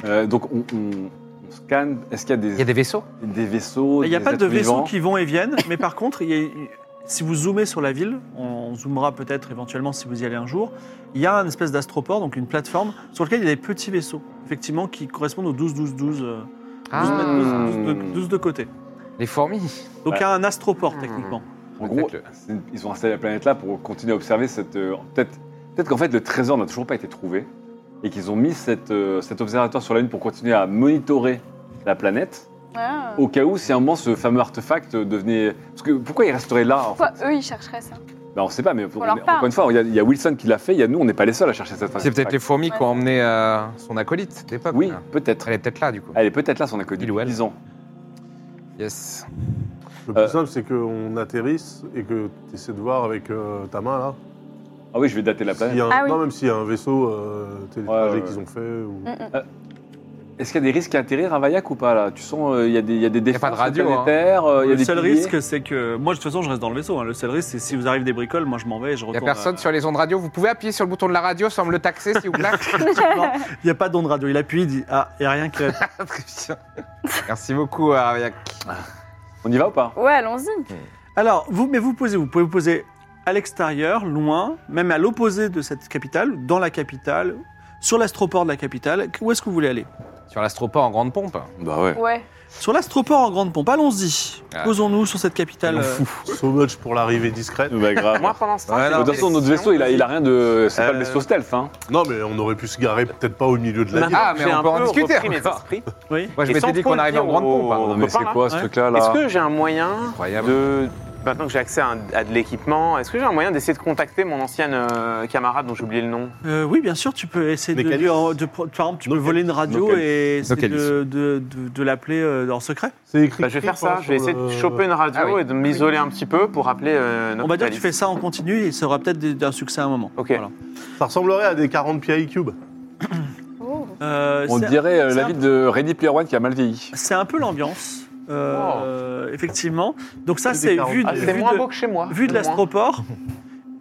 Euh, donc on, on- on scanne. Est-ce qu'il y a des,
Il y a des vaisseaux
des vaisseaux
Il n'y a
des
pas de
êtres
vaisseaux
vivants
qui vont et viennent, mais par contre, il y a- si vous zoomez sur la ville, on zoomera peut-être éventuellement si vous y allez un jour, il y a un espèce d'astroport, donc une plateforme, sur laquelle il y a des petits vaisseaux, effectivement, qui correspondent aux 12-12-12, euh, 12 mètres,
Ah.
12, 12 de- 12 de côté.
Ah. les fourmis.
Donc il y a un astroport,
Mmh.
techniquement.
En gros,
Peut-être
c'est une- ils ont installé la planète là pour continuer à observer cette. euh, Peut-être peut qu'en fait le trésor n'a toujours pas été trouvé et qu'ils ont mis cette, euh, cet observatoire sur la Lune pour continuer à monitorer la planète
Ah.
au cas où si à un moment ce fameux artefact devenait. Parce que pourquoi il resterait là en fait
Pourquoi eux, ils chercheraient ça
Ben, On ne sait pas, mais, on-
leur
mais
parle.
encore une fois, il y a- il y, a Wilson qui l'a fait, il y a nous, on n'est pas les seuls à chercher cet artefact.
C'est peut-être les fourmis qui ont emmené euh, son acolyte d'époque.
Oui,
là.
peut-être.
Elle est peut-être là, du coup.
Elle est peut-être là, son acolyte.
Il ou elle.
Disons.
Yes.
Le plus
Euh.
simple, c'est qu'on atterrisse et que tu essaies de voir avec euh, ta main, là.
Ah oui, je vais dater la
S'il y
planète.
a un-
Ah oui.
Non, même s'il y a un vaisseau euh, télétragé
Ouais, ouais,
qu'ils ont fait. Ou...
Mm, mm.
Est-ce qu'il y a des risques à atterrir à Vaillac ou pas là Tu sens, euh, il y a des, il y a des
a pas de
défenses
radio, hein.
planétaires, euh, il y a
le
des
seul
piliers.
risque, c'est que. Moi, de toute façon, je reste dans le vaisseau. hein. Le seul risque, c'est si vous arrivez des bricoles, moi, je m'en vais et je
Il n'y a
retourne. euh,
euh,
personne sur les ondes radio. Vous pouvez appuyer sur le bouton de la radio sans me le taxer, s'il vous plaît
Il n'y a pas d'onde radio. Il appuie, il dit Ah, il n'y a rien qui répond.
Très bien. Merci beaucoup, Ariac.
On y va ou pas
Ouais, allons-y.
Alors, vous, mais vous posez, vous pouvez vous poser à l'extérieur, loin, même à l'opposé de cette capitale, dans la capitale, sur l'astroport de la capitale. Où est-ce que vous voulez aller
Sur l'astroport en grande pompe.
Bah ouais.
Ouais.
Sur l'astroport en grande pompe, allons-y.
Ah.
Posons-nous sur cette capitale. euh,
So much pour l'arrivée discrète.
Bah grave.
Moi, pendant ce temps,
Ouais,
j'ai
de
non,
une
toute façon, notre
question.
vaisseau, il a, il a rien de. C'est pas le
Euh,
vaisseau stealth, hein.
Non, mais on aurait pu se garer peut-être pas au milieu de la ville.
Maintenant
Ah,
que
mais
j'ai
on
un
peut en
peu
discuter,
repris mes
encore.
esprits,
euh, Oui.
Moi, je
Et
m'étais
sans
dit
trop
qu'on
le
arrive en
dire
grande
aux-
pompe. hein.
aux
mais
copains,
c'est
là.
quoi ce
Ouais.
truc-là là,
Est-ce que j'ai un moyen
Incroyable.
de maintenant que j'ai accès à, un- à de l'équipement, est-ce que j'ai un moyen d'essayer de contacter mon ancienne euh, camarade dont j'ai oublié le nom Bah,
Euh, oui, bien sûr, tu peux essayer de,
Nocalis.
lui en- de pro- Par exemple, tu peux voler une radio
Nocalis.
et essayer
Nocalis.
de, de- de- de l'appeler euh, en secret.
C'est écrit.
Bah, Je vais faire
hein,
ça, je vais essayer de choper une radio
Ah oui.
et de m'isoler un petit peu pour rappeler euh, notre
On va dire que tu
Alice.
fais ça en continu et ça aura peut-être des- d'un succès à un moment.
Ok.
Ça ressemblerait à E des 40 PI cubes.
Oh.
Euh,
On
c'est-
dirait euh,
c'est
la
un-
ville de Ready Player One qui a mal vieilli.
C'est un peu l'ambiance, euh, effectivement. Donc ça,
Des
c'est
quarante.
vu de,
Ah, c'est
vu
moins
de-
beau que chez moi.
vu de
c'est moins.
l'astroport.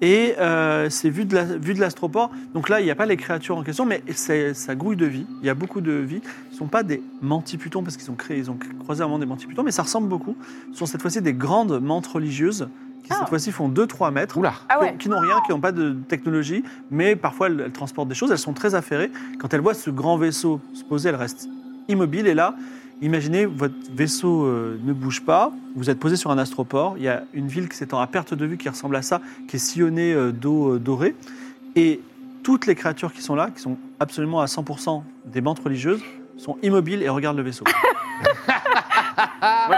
Et euh, c'est vu de la- vu de l'astroport. Donc là, il n'y a pas les créatures en question, mais c'est- ça grouille de vie. Il y a beaucoup de vie. Ce ne sont pas des mantiputons, parce qu'ils ont, créé- ils ont croisé un moment des mantiputons, mais ça ressemble beaucoup. Ce sont cette fois-ci des grandes mantes religieuses, qui
Ah.
cette fois-ci font 2-3 mètres.
hein. Oula.
Ah
qui ont-
ouais.
qui n'ont rien, qui n'ont pas de technologie, mais parfois elles, elles transportent des choses, elles sont très affairées. Quand elles voient ce grand vaisseau se poser, elles restent immobiles. Et là, imaginez, votre vaisseau euh, ne bouge pas, vous êtes posé sur un astroport, il y a une ville qui s'étend à perte de vue, qui ressemble à ça, qui est sillonnée euh, d'eau euh, dorée. Et toutes les créatures qui sont là, qui sont absolument à 100% des bandes religieuses, sont immobiles et regardent le vaisseau.
Bon,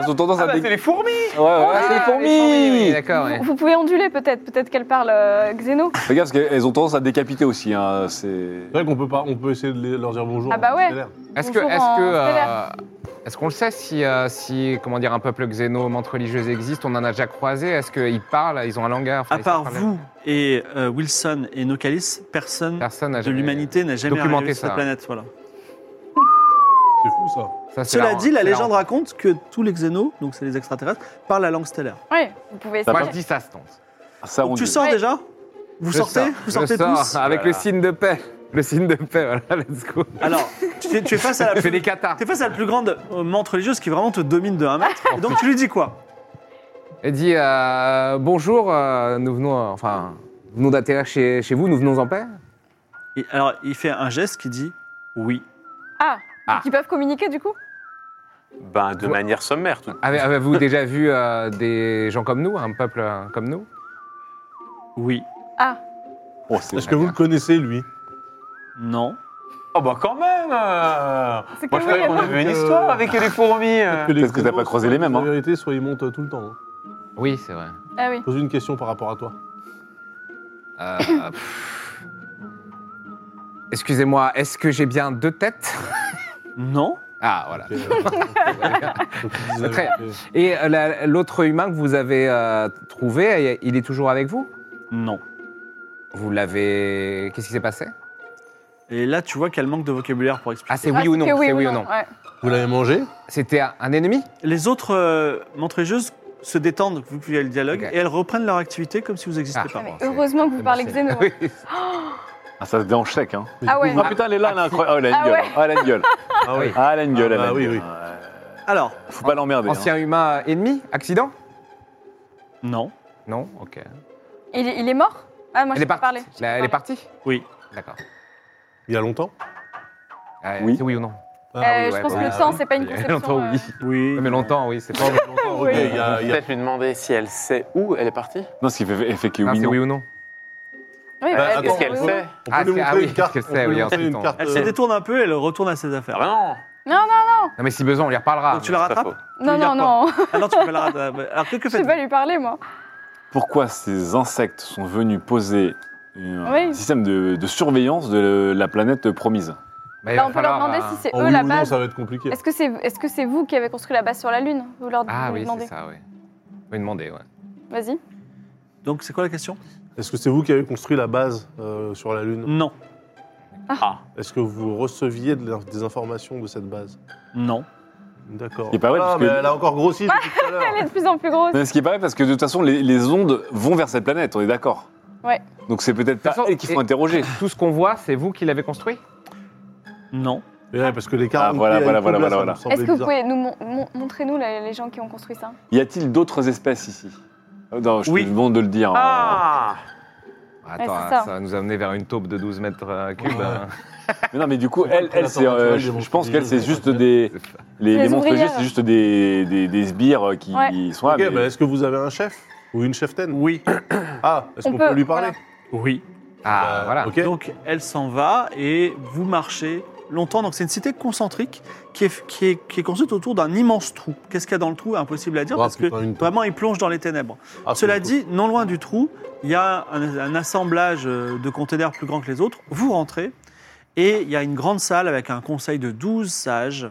elles ont tendance
Ah
à
bah,
dé-
c'est les fourmis
Ouais, ouais,
Ah,
c'est les
oui,
fourmis
D'accord, ouais.
Vous, vous pouvez onduler peut-être, peut-être qu'elle parle euh, Xeno.
Regarde, parce qu'elles ont tendance à décapiter aussi, hein. C'est.
C'est vrai qu'on peut, pas, on peut essayer de les- leur dire bonjour.
Ah bah
en
ouais.
galère.
Est-ce que,
Bonjour
est-ce
en
que, euh,
stellaire.
est-ce qu'on le sait si, euh, si, comment dire, un peuple xénomante religieuse existe On en a déjà croisé. Est-ce qu'ils parlent Ils ont un langage enfin,
À
ils
part
savent parler
vous et euh, Wilson et Nocalis, personne
personne n'a
de
jamais-
l'humanité n'a jamais
documenté
arrivé sur cette
ça.
planète. Voilà.
C'est fou ça.
Ça, c'est
Cela
la-
dit, la
c'est
légende raconte que tous les xénos, donc c'est les extraterrestres, parlent la langue stellaire.
Oui, vous pouvez
Ça
Moi,
essayer.
je dis ça, se tente.
Ça, on
Donc, tu
dit.
sors
Ouais.
déjà Vous
Je
sortez
sors,
Vous
je
sortez
sors,
tous
Avec le
Voilà.
signe de paix. Le signe de paix, voilà, let's go.
Alors, tu es, tu es face à la
Je fais
plus,
des katas.
t'es face à la plus grande euh, mante religieuse qui vraiment te domine de 1 mètre. Et donc tu lui dis quoi
Elle dit euh, Bonjour, euh, nous venons, euh, enfin, nous venons d'atterrir chez, chez vous, nous venons en paix
Et Alors, il fait un geste qui dit oui.
Ah,
Ah.
qui peuvent communiquer du coup
Ben, de
Ouais.
manière sommaire, tout.
Avez- Avez-vous déjà vu euh, des gens comme nous, un peuple euh, comme nous
Oui.
Ah,
Oh, c'est-
Est-ce que vous le connaissez, lui
Non.
Oh bah quand même euh,
c'est que
Moi, je
oui.
croyais qu'on
alors.
avait une
Euh,
histoire avec les fourmis. euh.
les
Peut-être que t'as
Xenos,
pas croisé
soit
les mêmes,
ils disent
hein.
La vérité, soit ils montent tout le temps. hein.
Oui, c'est vrai.
Ah oui.
Pose une question par rapport à toi.
Euh, pff. Euh, Excusez-moi, est-ce que j'ai bien deux têtes
Non
Ah, voilà.
Euh, donc, ils avaient-
Très Et euh, la- l'autre humain que vous avez euh, trouvé, il est toujours avec vous
Non.
Vous l'avez. Qu'est-ce qui s'est passé
Et là, tu vois qu'elle manque de vocabulaire pour expliquer.
Ah, c'est oui ou non
que
C'est oui ou non.
ouais.
Vous l'avez mangé
C'était un, un ennemi
Les autres euh, montréjeuses se détendent vu qu'il y a le dialogue
Ok.
et elles reprennent leur activité comme si vous n'existiez
Ah.
pas.
Ah, mais
c'est-
Heureusement que
c'est
vous parlez
bon,
xéno.
Oui.
Ah, ça se dé en chèque, hein.
Ah ouais.
Ah putain, elle est là, elle a incroyable. Oh, elle a une
Ah
gueule.
ouais.
Ah, elle a une gueule.
Ah oui.
Ah, elle a une gueule.
Ah,
elle a
bah
une
oui,
gueule.
oui.
Ah,
Alors,
Faut pas l'emmerder. hein.
Ancien humain ennemi Accident
non.
Non Ok.
Il, il est mort Ah, moi,
elle,
je
est
t'ai
partie.
parlé.
La- elle est partie
Oui.
D'accord.
Il y a longtemps Ah
Euh,
Oui.
C'est oui ou non
Euh, je pense que le
bah,
temps, c'est pas une euh,
Il y a
conception.
longtemps, oui.
Oui.
Mais longtemps, oui. C'est pas.
Longtemps, ok, il y a- il y a-
Peut-être lui demander si elle sait où elle est partie.
Non, ce qui fait, fait, fait que
Non,
oui,
c'est
non.
oui ou non
euh, oui,
Bah,
bah,
attends,
Qu'est-ce qu'elle
oui,
on peut-
sait
on peut
Ah,
lui
c'est- ah
montrer
oui,
une carte.
qu'elle sait,
on peut
oui,
lui
en
montrer
tout
une
temps.
carte,
Elle se
euh,
détourne un peu et elle retourne à ses affaires.
Ah bah non
Non, mais si besoin, on lui reparlera.
Donc tu la rattrapes
oui.
Tu
Non,
veux dire
non, non.
Alors tu peux la rattraper. Alors que, que
Je sais
faites
pas lui parler, moi.
Pourquoi ces insectes sont venus poser un
Oui.
système de, de surveillance de la planète promise
Bah, il
Bah,
va
on peut leur
falloir,
demander
euh,
si c'est
en
eux
oui
la
ou non,
base.
ça va être compliqué.
Est-ce que c'est est-ce que c'est vous qui avez construit la base sur la Lune Vous leur
Ah
vous lui
oui,
demandez.
c'est ça, oui. Vous demandez, ouais.
Vas-y.
Donc c'est quoi la question
Est-ce que c'est vous qui avez construit la base euh, sur la Lune
Non.
Est-ce que vous receviez de l'in- des informations de cette base
Non.
D'accord.
Et pas vrai,
Ah,
parce que-
mais elle a encore grossi depuis tout à l'heure.
Elle est de plus en plus grosse.
Non, mais ce qui est pareil, parce que de toute façon, les, les ondes vont vers cette planète, on est d'accord
Ouais.
Donc c'est peut-être
De
pas
toute façon,
elles qu'il faut
et-
interroger.
Tout ce qu'on voit, c'est vous qui l'avez construit
Non.
Et Eh ouais, parce que les
Ah,
40
voilà,
pieds à
voilà,
une poubelle,
voilà,
ça me
voilà.
semblait
Est-ce que vous
bizarre.
pouvez nous mon- mon- montrez-nous les, les gens qui ont construit ça
Y a-t-il d'autres espèces ici Euh, Non, je
Oui.
te demande de le dire. hein.
Ah
Attends,
c'est
hein,
ça.
ça. va nous amener vers une taupe de 12 mètres euh, cubes.
Ouais.
hein.
Mais non, mais du coup,
C'est pas
elle,
le
elle
prédateur
c'est, euh,
naturel
je,
des
je pense qu'elle, c'est
monstres
juste des. Les,
Les
les monstres
ouvrières.
juste, c'est juste des, des, des sbires euh, qui
Ouais.
sont là.
Ok,
mais-
bah, est-ce que vous avez un chef ou une cheftaine
Oui.
Ah, est-ce
On
qu'on peut,
peut,
lui parler
Oui.
Ah,
Bah,
voilà.
Ok.
Donc elle s'en va et vous marchez longtemps. Donc c'est une cité concentrique qui est, qui est, qui est construite autour d'un immense trou. Qu'est-ce qu'il y a dans le trou Impossible à dire
Ah,
parce que
putain, une-
vraiment il plonge dans les ténèbres.
Ah,
Cela
c'est cool.
dit, non loin du trou, il y a un, un assemblage euh, de containers plus grands que les autres. Vous rentrez et il y a une grande salle avec un conseil de 12 sages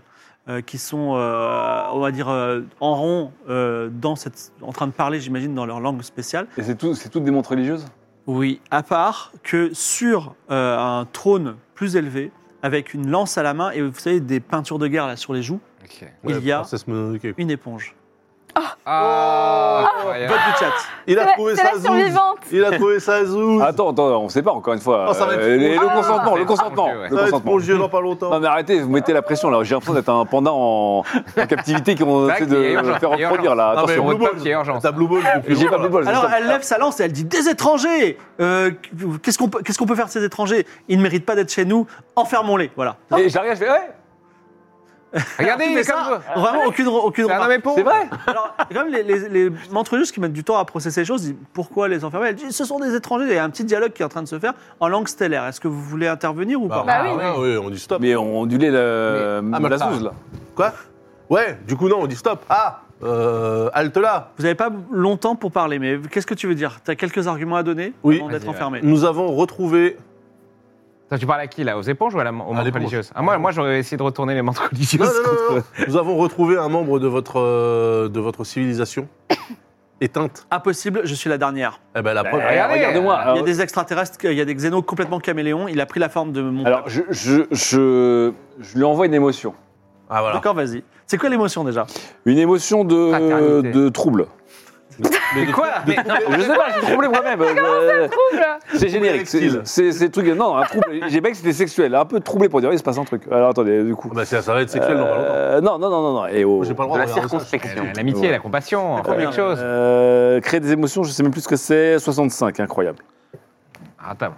euh, qui sont, euh, on va dire, euh, en rond euh, dans cette, en train de parler, j'imagine, dans leur langue spéciale.
Et c'est tout- c'est toutes des montres religieuses
Oui, à part que sur euh, un trône plus élevé, avec une lance à la main et vous savez, des peintures de guerre là, sur les joues,
Ok.
Ouais,
il y a-
princesse Mononoke.
une éponge.
Ah,
Vote
incroyable.
du chat.
Il
C'est
a
la-
trouvé
c'est
ça
la
Zouz
survivante.
Il a trouvé ça Zouz
Ah, Attends, attends, on sait pas encore une fois.
Oh, ça va être
Euh, les-
trop-
le
Ah.
consentement, le
Ça va être
consentement.
trop, ouais.
Le
Ça va être
consentement.
mon jeu dans pas longtemps.
Non mais arrêtez, vous mettez la pression là. J'ai l'impression d'être un panda en, en captivité qu'on
Tac,
essaie
et
de
urgence,
faire
et
reproduire là.
Ah, mais
Attention.
Blue
Blue
Ball,
Ball,
qui est urgence.
T'as Blue Ball depuis
J'ai pas
longtemps,
blue ball.
Alors
c'est ça.
elle lève sa lance et elle dit Des étrangers Euh, Qu'est-ce qu'on peut, qu'est-ce qu'on peut faire de ces étrangers Ils ne méritent pas d'être chez nous, enfermons-les. Voilà.
Et j'arrive, je fais ouais.
Regardez, il
Mais
est Ah, comme
Ah, ça,
vous.
vraiment aucune, aucune
C'est un homme
remarque.
épaule.
C'est vrai.
Alors, quand même, les, les, les mentrejeuses qui mettent du temps à processer les choses, disent pourquoi les enfermer Elles disent ce sont des étrangers. Il y a un petit dialogue qui est en train de se faire en langue stellaire. Est-ce que vous voulez intervenir ou pas
Bah oui.
ah, ouais, ouais, on dit stop.
Mais on ondulait le
Ah, mais
la
ça-
zouze là.
Quoi Ouais, du coup, non, on dit stop. Ah, euh, halte là.
Vous n'avez pas longtemps pour parler, mais qu'est-ce que tu veux dire Tu as quelques arguments à donner
Oui.
avant d'être
Vas-y, ouais.
enfermé.
Nous avons retrouvé.
Attends, tu parles à qui là Aux éponges ou à la, aux montres
l'éponge.
religieuses ah, moi, moi, j'aurais essayé de retourner les montres religieuses.
Non, non, non, non, non.
contre-
Nous avons retrouvé un membre de votre, euh, de votre civilisation éteinte.
Impossible, je suis la dernière.
Eh ben, la preuve.
Regardez.
Regardez-moi.
Il y a
Alors,
des extraterrestres, il y a des xénos complètement caméléons. Il a pris la forme de mon.
Alors je, je, je, je lui envoie une émotion.
Ah, voilà.
D'accord, vas-y. C'est quoi l'émotion déjà
Une émotion de,
Fraternité.
de trouble.
Mais
Mais quoi Mais- non,
Je sais pas, je suis troublé moi-même. Euh, C'est générique.
érectile.
C'est c'est- c'est truc. Non, un trouble. J'ai pas que c'était sexuel. Un peu troublé pour dire il se passe un truc. Alors attendez, du coup.
Bah, ça, ça va être sexuel dans pas longtemps.
Euh, non, non, non, non, non. Et oh.
Moi, J'ai pas le droit
De la
regarder ça.
circonspection.
L'amitié, la compassion, enfin,
combien
quelque chose.
Euh, créer des émotions, je sais même plus ce que c'est. 65, incroyable.
Attends.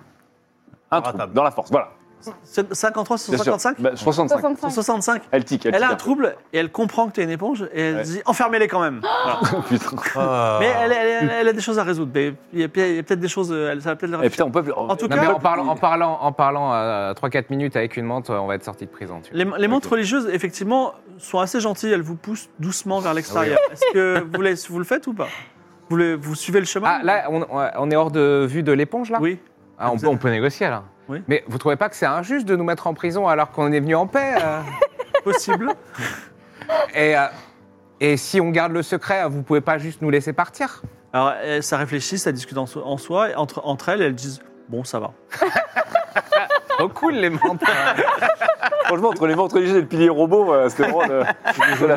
Un
Ratable.
trouble, dans la force, voilà.
C'est 53,
Bien sûr.
65
Bah, 65.
65.
65.
Elle tique, elle,
Elle a un
tique.
trouble et elle comprend que tu es une éponge et elle
Ouais.
dit enfermez-les quand même. Voilà.
Putain.
Ah.
Mais elle, elle- elle- elle a des choses à résoudre. mais Il y a, il y a peut-être des choses. euh, elle- Ça va peut-être.
Et
leur-
Eh, putain, on peut.
En tout
Non,
cas,
mais en parlant, en parlant, en parlant euh, 3-4 minutes avec une menthe, on va être sorti de prison. tu vois.
Les, les montres religieuses, effectivement, sont assez gentilles. Elles vous poussent doucement vers l'extérieur.
Ah
Est-ce que vous, les- vous le faites ou pas vous, le- vous suivez le chemin
Ah, là, on, on est hors de vue de l'éponge, là
Oui.
Ah, on, peut, on peut négocier, là.
Oui.
Mais vous trouvez pas que c'est injuste de nous mettre en prison alors qu'on est venu en paix euh
Possible.
et, euh, et si on garde le secret, vous pouvez pas juste nous laisser partir
Alors, elles- ça réfléchit, ça discute en, so- en soi. et entre, entre elles, elles disent Bon, ça va.
Oh cool les menteurs
Franchement, entre les ventres léger et le pilier robot, euh, c'était vraiment. euh, c'est la-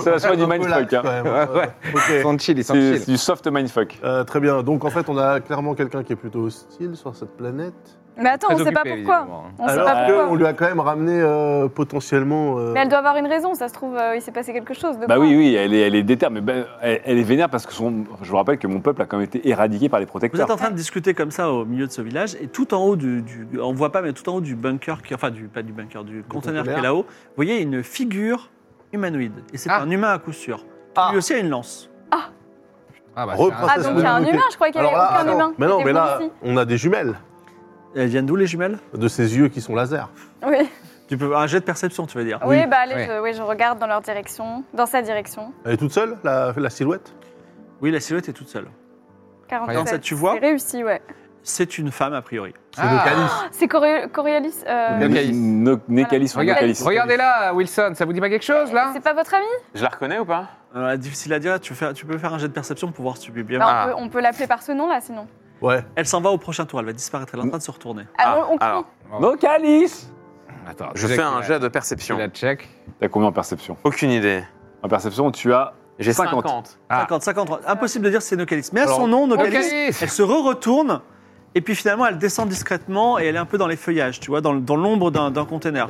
c'est la soirée du mindfuck, hein.
Ouais, Ils
Ok.
sont chill, ils sont
c'est
chill.
c'est du soft mindfuck.
Euh, très bien. Donc en fait, on a clairement quelqu'un qui est plutôt hostile sur cette planète.
Mais attends, on
Très
sait pas
occupés,
pourquoi.
évidemment.
On sait
Alors
pas
que on
pourquoi.
lui a quand même ramené euh, potentiellement. euh,
Mais elle doit avoir une raison, ça se trouve, euh, il s'est passé quelque chose. De
Bah
quoi.
oui, oui, elle est, elle est déterre, mais ben, elle, elle est vénère parce que son, je vous rappelle que mon peuple a quand même été éradiqué par les
Vous
protecteurs.
êtes en train de discuter comme ça au milieu de ce village, et tout en haut du. du- on voit pas, mais tout en haut du bunker, qui, enfin, du, pas du bunker, du conteneur qui est
conteneur.
là-haut, vous voyez une figure humanoïde. Et c'est
Ah.
un humain à coup sûr.
Ah.
Lui aussi a une lance.
Ah, bah,
Reprends
c'est
Ah,
ça,
donc il y a un
Ok.
humain, je crois qu'il y avait
Alors là,
aucun
attends.
humain.
mais non,
C'était
mais
vous
là,
ici.
on a des jumelles
Elles viennent d'où les jumelles
de ses yeux qui sont laser.
Oui,
Tu peux un jet de perception, tu veux dire.
oui bah allez,
Oui.
Je, oui, je regarde dans leur direction, dans sa direction.
Elle est toute seule, la, la silhouette
Oui, la silhouette est toute seule.
47.
Comme ça, tu vois,
C'est réussi, ouais.
c'est une femme a priori.
C'est le
Ah.
calice.
C'est Coriolis. Coriolis, euh,
Ne-
Nécalis.
ne- Nécalis ou
Regarde-
Nécalis.
regardez là, Wilson, ça vous dit pas quelque chose là
C'est pas votre ami
Je la reconnais ou pas
Alors, Euh, difficile à dire, tu, fais- tu peux faire un jet de perception pour voir si tu peux bien.
Bah, on
Ah.
peut- On peut, l'appeler par ce nom là, sinon.
Ouais.
Elle s'en va au prochain tour, elle va disparaître, elle est en train de se retourner.
Ah,
Ah,
on- on crie.
alors,
Nécalis
Attends,
je fais un jet de perception.
La check.
T'as combien en perception
Aucune idée.
En perception, tu as.
J'ai
50.
50.
50, 53. Impossible de dire si c'est Nocalis. Mais à
Alors,
son nom, Nocalis,
Nocalis
elle se re-retourne. Et puis finalement, elle descend discrètement et elle est un peu dans les feuillages, tu vois, dans, dans l'ombre d'un d'un container.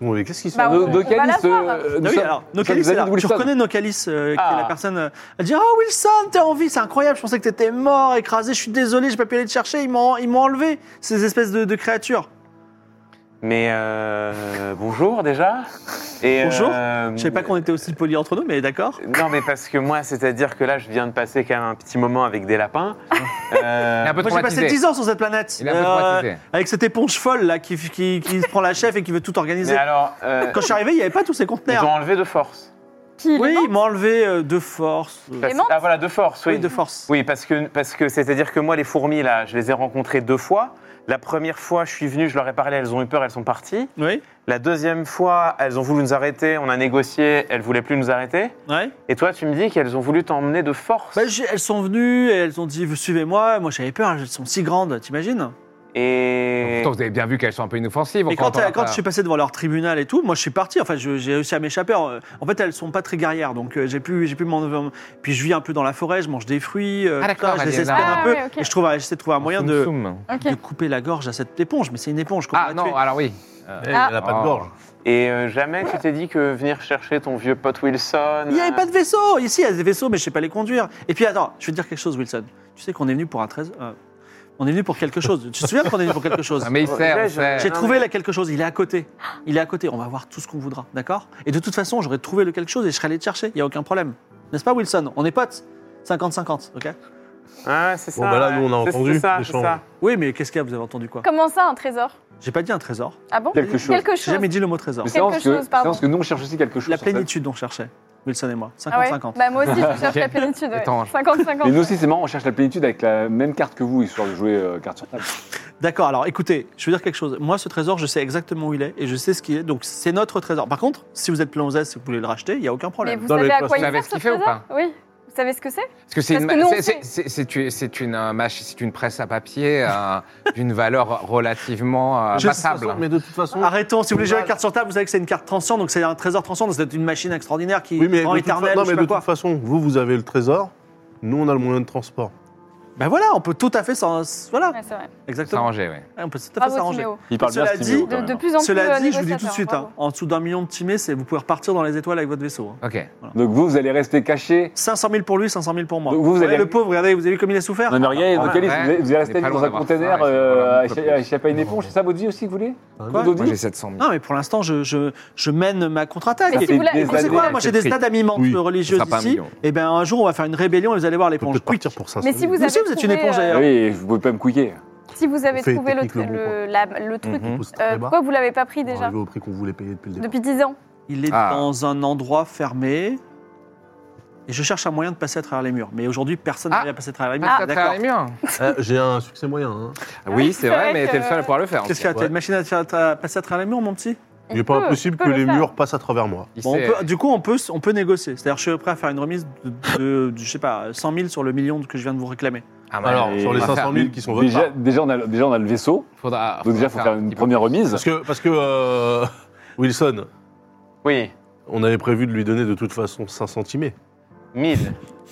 Bon, mais qu'est-ce qui se
Bah,
passe
on- on va la
Nécalis,
voir.
euh, nous
Ah oui,
sommes-
alors,
nous sommes
Nocalis
des
est là.
amis de
Tu
Wilson.
reconnais Nocalis, euh, qui
Ah.
est la personne. euh, elle dit Oh Wilson, t'es en vie, c'est incroyable, je pensais que t'étais mort, écrasé, je suis désolé, j'ai pas pu aller te chercher, ils m'ont ils m'ont enlevé, ces espèces de, de créatures.
Mais euh, bonjour déjà. Et,
Bonjour.
euh,
Je savais pas qu'on était aussi polis entre nous, mais d'accord.
Non, mais parce que moi, c'est-à-dire que là, je viens de passer quand même un petit moment avec des lapins. Euh,
Il est un peu
Moi j'ai passé
traumatisé.
10 ans sur cette planète.
Il est un peu
Euh,
traumatisé.
avec cette éponge folle là qui, qui, qui se prend la chef et qui veut tout
mais
organiser.
alors, euh,
Quand je suis arrivé, il n'y avait pas tous ces
ils
conteneurs.
ont enlevé de force.
Qui il est
Oui,
mort
ils m'ont enlevé euh, de force. euh,
Parce-
Clément
ah voilà, de force, oui.
oui, de force.
Oui, parce que parce que c'est-à-dire que moi, les fourmis là, je les ai rencontrées deux fois. La première fois, je suis venu, je leur ai parlé, elles ont eu peur, elles sont parties.
Oui,
La deuxième fois, elles ont voulu nous arrêter, on a négocié, elles voulaient plus nous arrêter.
ouais.
Et toi, tu me dis qu'elles ont voulu t'emmener de force.
Bah, j'ai- elles sont venues, et elles ont dit Vous suivez-moi. Moi, j'avais peur, hein, elles sont si grandes, t'imagines
Et
Pourtant, vous avez bien vu qu'elles sont un peu inoffensives.
Et
encore
quand, euh,
une fois,
quand je suis passé devant leur tribunal et tout, moi, je suis parti. Enfin, je- j'ai réussi à m'échapper. En en fait, elles sont pas très guerrières, donc euh, j'ai pu, j'ai pu m'en. Puis je vis un peu dans la forêt, je mange des fruits. euh,
Ah,
tout ça,
d'accord,
je
elle
les
est
espionne
là.
un
Ah,
peu.
ouais, ok.
Et je trouve, j'essaie de trouver un moyen de,
Soum, soum.
Ok.
de couper la gorge à cette éponge, mais c'est une éponge. comment
Ah non, alors oui.
Eh, Elle
Ah.
n'a pas
Ah.
de gorge.
Et euh, jamais tu t'es dit que venir chercher ton vieux pote Wilson.
Il n'y avait
euh,
pas de vaisseau Ici, il y a des vaisseaux, mais je sais pas les conduire. Et puis, attends, je vais te dire quelque chose, Wilson. Tu sais qu'on est venu pour un 13... euh, on est venu pour quelque chose. Tu te souviens qu'on est venu pour quelque chose
Ah, mais il sert, il
Ouais,
sert.
euh, J'ai
Euh, Non,
trouvé
mais-
là quelque chose, il est à côté. Il est à côté, on va voir tout ce qu'on voudra, d'accord Et de toute façon, j'aurais trouvé le quelque chose et je serais allé te chercher, il n'y a aucun problème. N'est-ce pas, Wilson On est potes 50-50, ok
Ouais, euh, hein, c'est ça.
Bon, bah là, nous, on a
ouais. C'est-
entendu
C'est ça, c'est
l'échange.
ça.
Oui, mais qu'est-ce qu'il y a Vous avez entendu quoi
Comment ça, un trésor
J'ai pas dit un trésor.
Ah bon
Quelque chose.
Quelque
J'ai
chose.
jamais dit le mot trésor.
Mais c'est
Quelque
parce que,
chose,
c'est
pardon.
parce que nous, on cherche aussi quelque chose.
La
en fait.
plénitude on cherchait, Wilson et moi. 50-50.
Ah ouais Bah moi aussi, je cherche la plénitude. ouais.
Étrange.
50-50.
Mais nous aussi, c'est marrant, on cherche la plénitude avec la même carte que vous, histoire de jouer euh, carte sur table.
D'accord, alors écoutez, je veux dire quelque chose. Moi, ce trésor, je sais exactement où il est et je sais ce qu'il est. Donc, c'est notre trésor. Par contre, si vous êtes plein aux as et que vous voulez le racheter, il n'y a aucun
Mais
problème.
vous
Dans
savez
les
à quoi
postes.
il
Vous savez
sert
ce
ce
qu'il fait ou
trésor
pas
Oui. Vous savez ce que c'est
Parce que c'est
Parce
une,
que nous, on
c'est-
sait.
c'est- c'est une, c'est une, euh, mach- c'est une presse à papier euh, d'une valeur relativement euh,
Ah,
Je- de toute
passable.
façon- Mais de toute façon.
Arrêtons, si vous voulez jouer à la
Voilà.
carte sur table, vous savez que c'est une carte transcendante, donc c'est un trésor transcendant, c'est une machine extraordinaire qui
Oui, mais,
rend
de, toute fa-
éternelle,
non,
je
mais
sais pas
de
quoi.
toute façon, vous, vous avez le trésor. Nous, on a le moyen de transport.
Ben voilà, on peut tout à fait s'en... Voilà,
Ouais, c'est vrai.
C'est
exactement. Eh,
arrangé, oui.
On peut tout à fait
Bravo,
s'arranger.
Timéo.
Il parle
Cela
bien Stevie
dit,
O, quand
De,
même.
de plus en plus.
Cela
euh,
dit, je vous dis tout de
négociateur,
suite,
bravo.
hein, en dessous d'un million de timés, c'est vous pouvez repartir dans les étoiles avec votre vaisseau. hein.
Ok.
Donc vous, vous allez rester caché.
500 000 pour lui, 500 000 pour moi.
Donc vous, vous
Regardez
allez-
le pauvre, regardez, vous avez vu comme il a souffert
Non, mais regardez,
Ah,
Nocalis,
ouais.
vous allez- vous allez
On est
rester
pas
dans
loin
un
d'avoir ça,
container
ouais, c'est
euh,
vraiment
à
pas
écha-
possible.
à échapper à une éponge, c'est ça votre vie aussi que vous voulez
Quoi
Vous
Moi,
dites
j'ai 700 000.
Non, mais pour l'instant, je, je, je mène ma contre-attaque.
Mais
Et
si vous l'avez-
vous savez
années
quoi Moi, j'ai des
écrites.
tas d'amis
Oui, ça
religieuses
sera pas un
ici.
million.
Et bien, un jour, on va faire une rébellion et vous allez voir
On peut
l'éponge.
peut-être
Quick.
partir pour Mmh. 500
Mais si
Vous
vous avez
aussi, vous êtes une
trouvé,
éponge
euh,
d'ailleurs.
Ah Oui, vous pouvez pas me couiller.
Si vous avez
On fait
trouvé le,
technique, le bon
le- la- le truc,
Mhm.
Pousse
euh,
très bas.
pourquoi vous l'avez pas pris
On va
déjà
arriver au prix qu'on voulait payer depuis le départ.
Depuis 10 ans.
Il est
Ah.
dans un endroit fermé. Et je cherche un moyen de passer à travers les murs. Mais aujourd'hui, personne
Ah.
n'arrive à passer à travers les murs.
Ah,
D'accord.
les murs.
Euh, J'ai un succès moyen. hein.
Oui, c'est vrai,
vrai
mais
que-
t'es le seul à pouvoir le faire.
Qu'est-ce qu'il y a T'as
Ouais.
une machine à, te faire- à passer à travers les murs, mon petit
On
Il n'est pas
peut-
impossible
peut
que
le
les
faire.
murs passent à travers moi.
Il
Bon, on
sait-
peut- Du coup, on peut, s- on peut négocier. C'est-à-dire, je suis prêt à faire une remise de, de- de, je sais pas, 100 000 sur le million que je viens de vous réclamer.
Ah, mais
Alors,
et
sur les
on va
500 000 qui sont votre
déjà,
part.
déjà, on a, déjà, on a le vaisseau.
faudra,
Donc, déjà, il faut faire
un
une
petit peu.
première remise.
Parce que, parce que euh, Wilson,
Oui,
on avait prévu de lui donner de toute façon 5 centimés.
1000.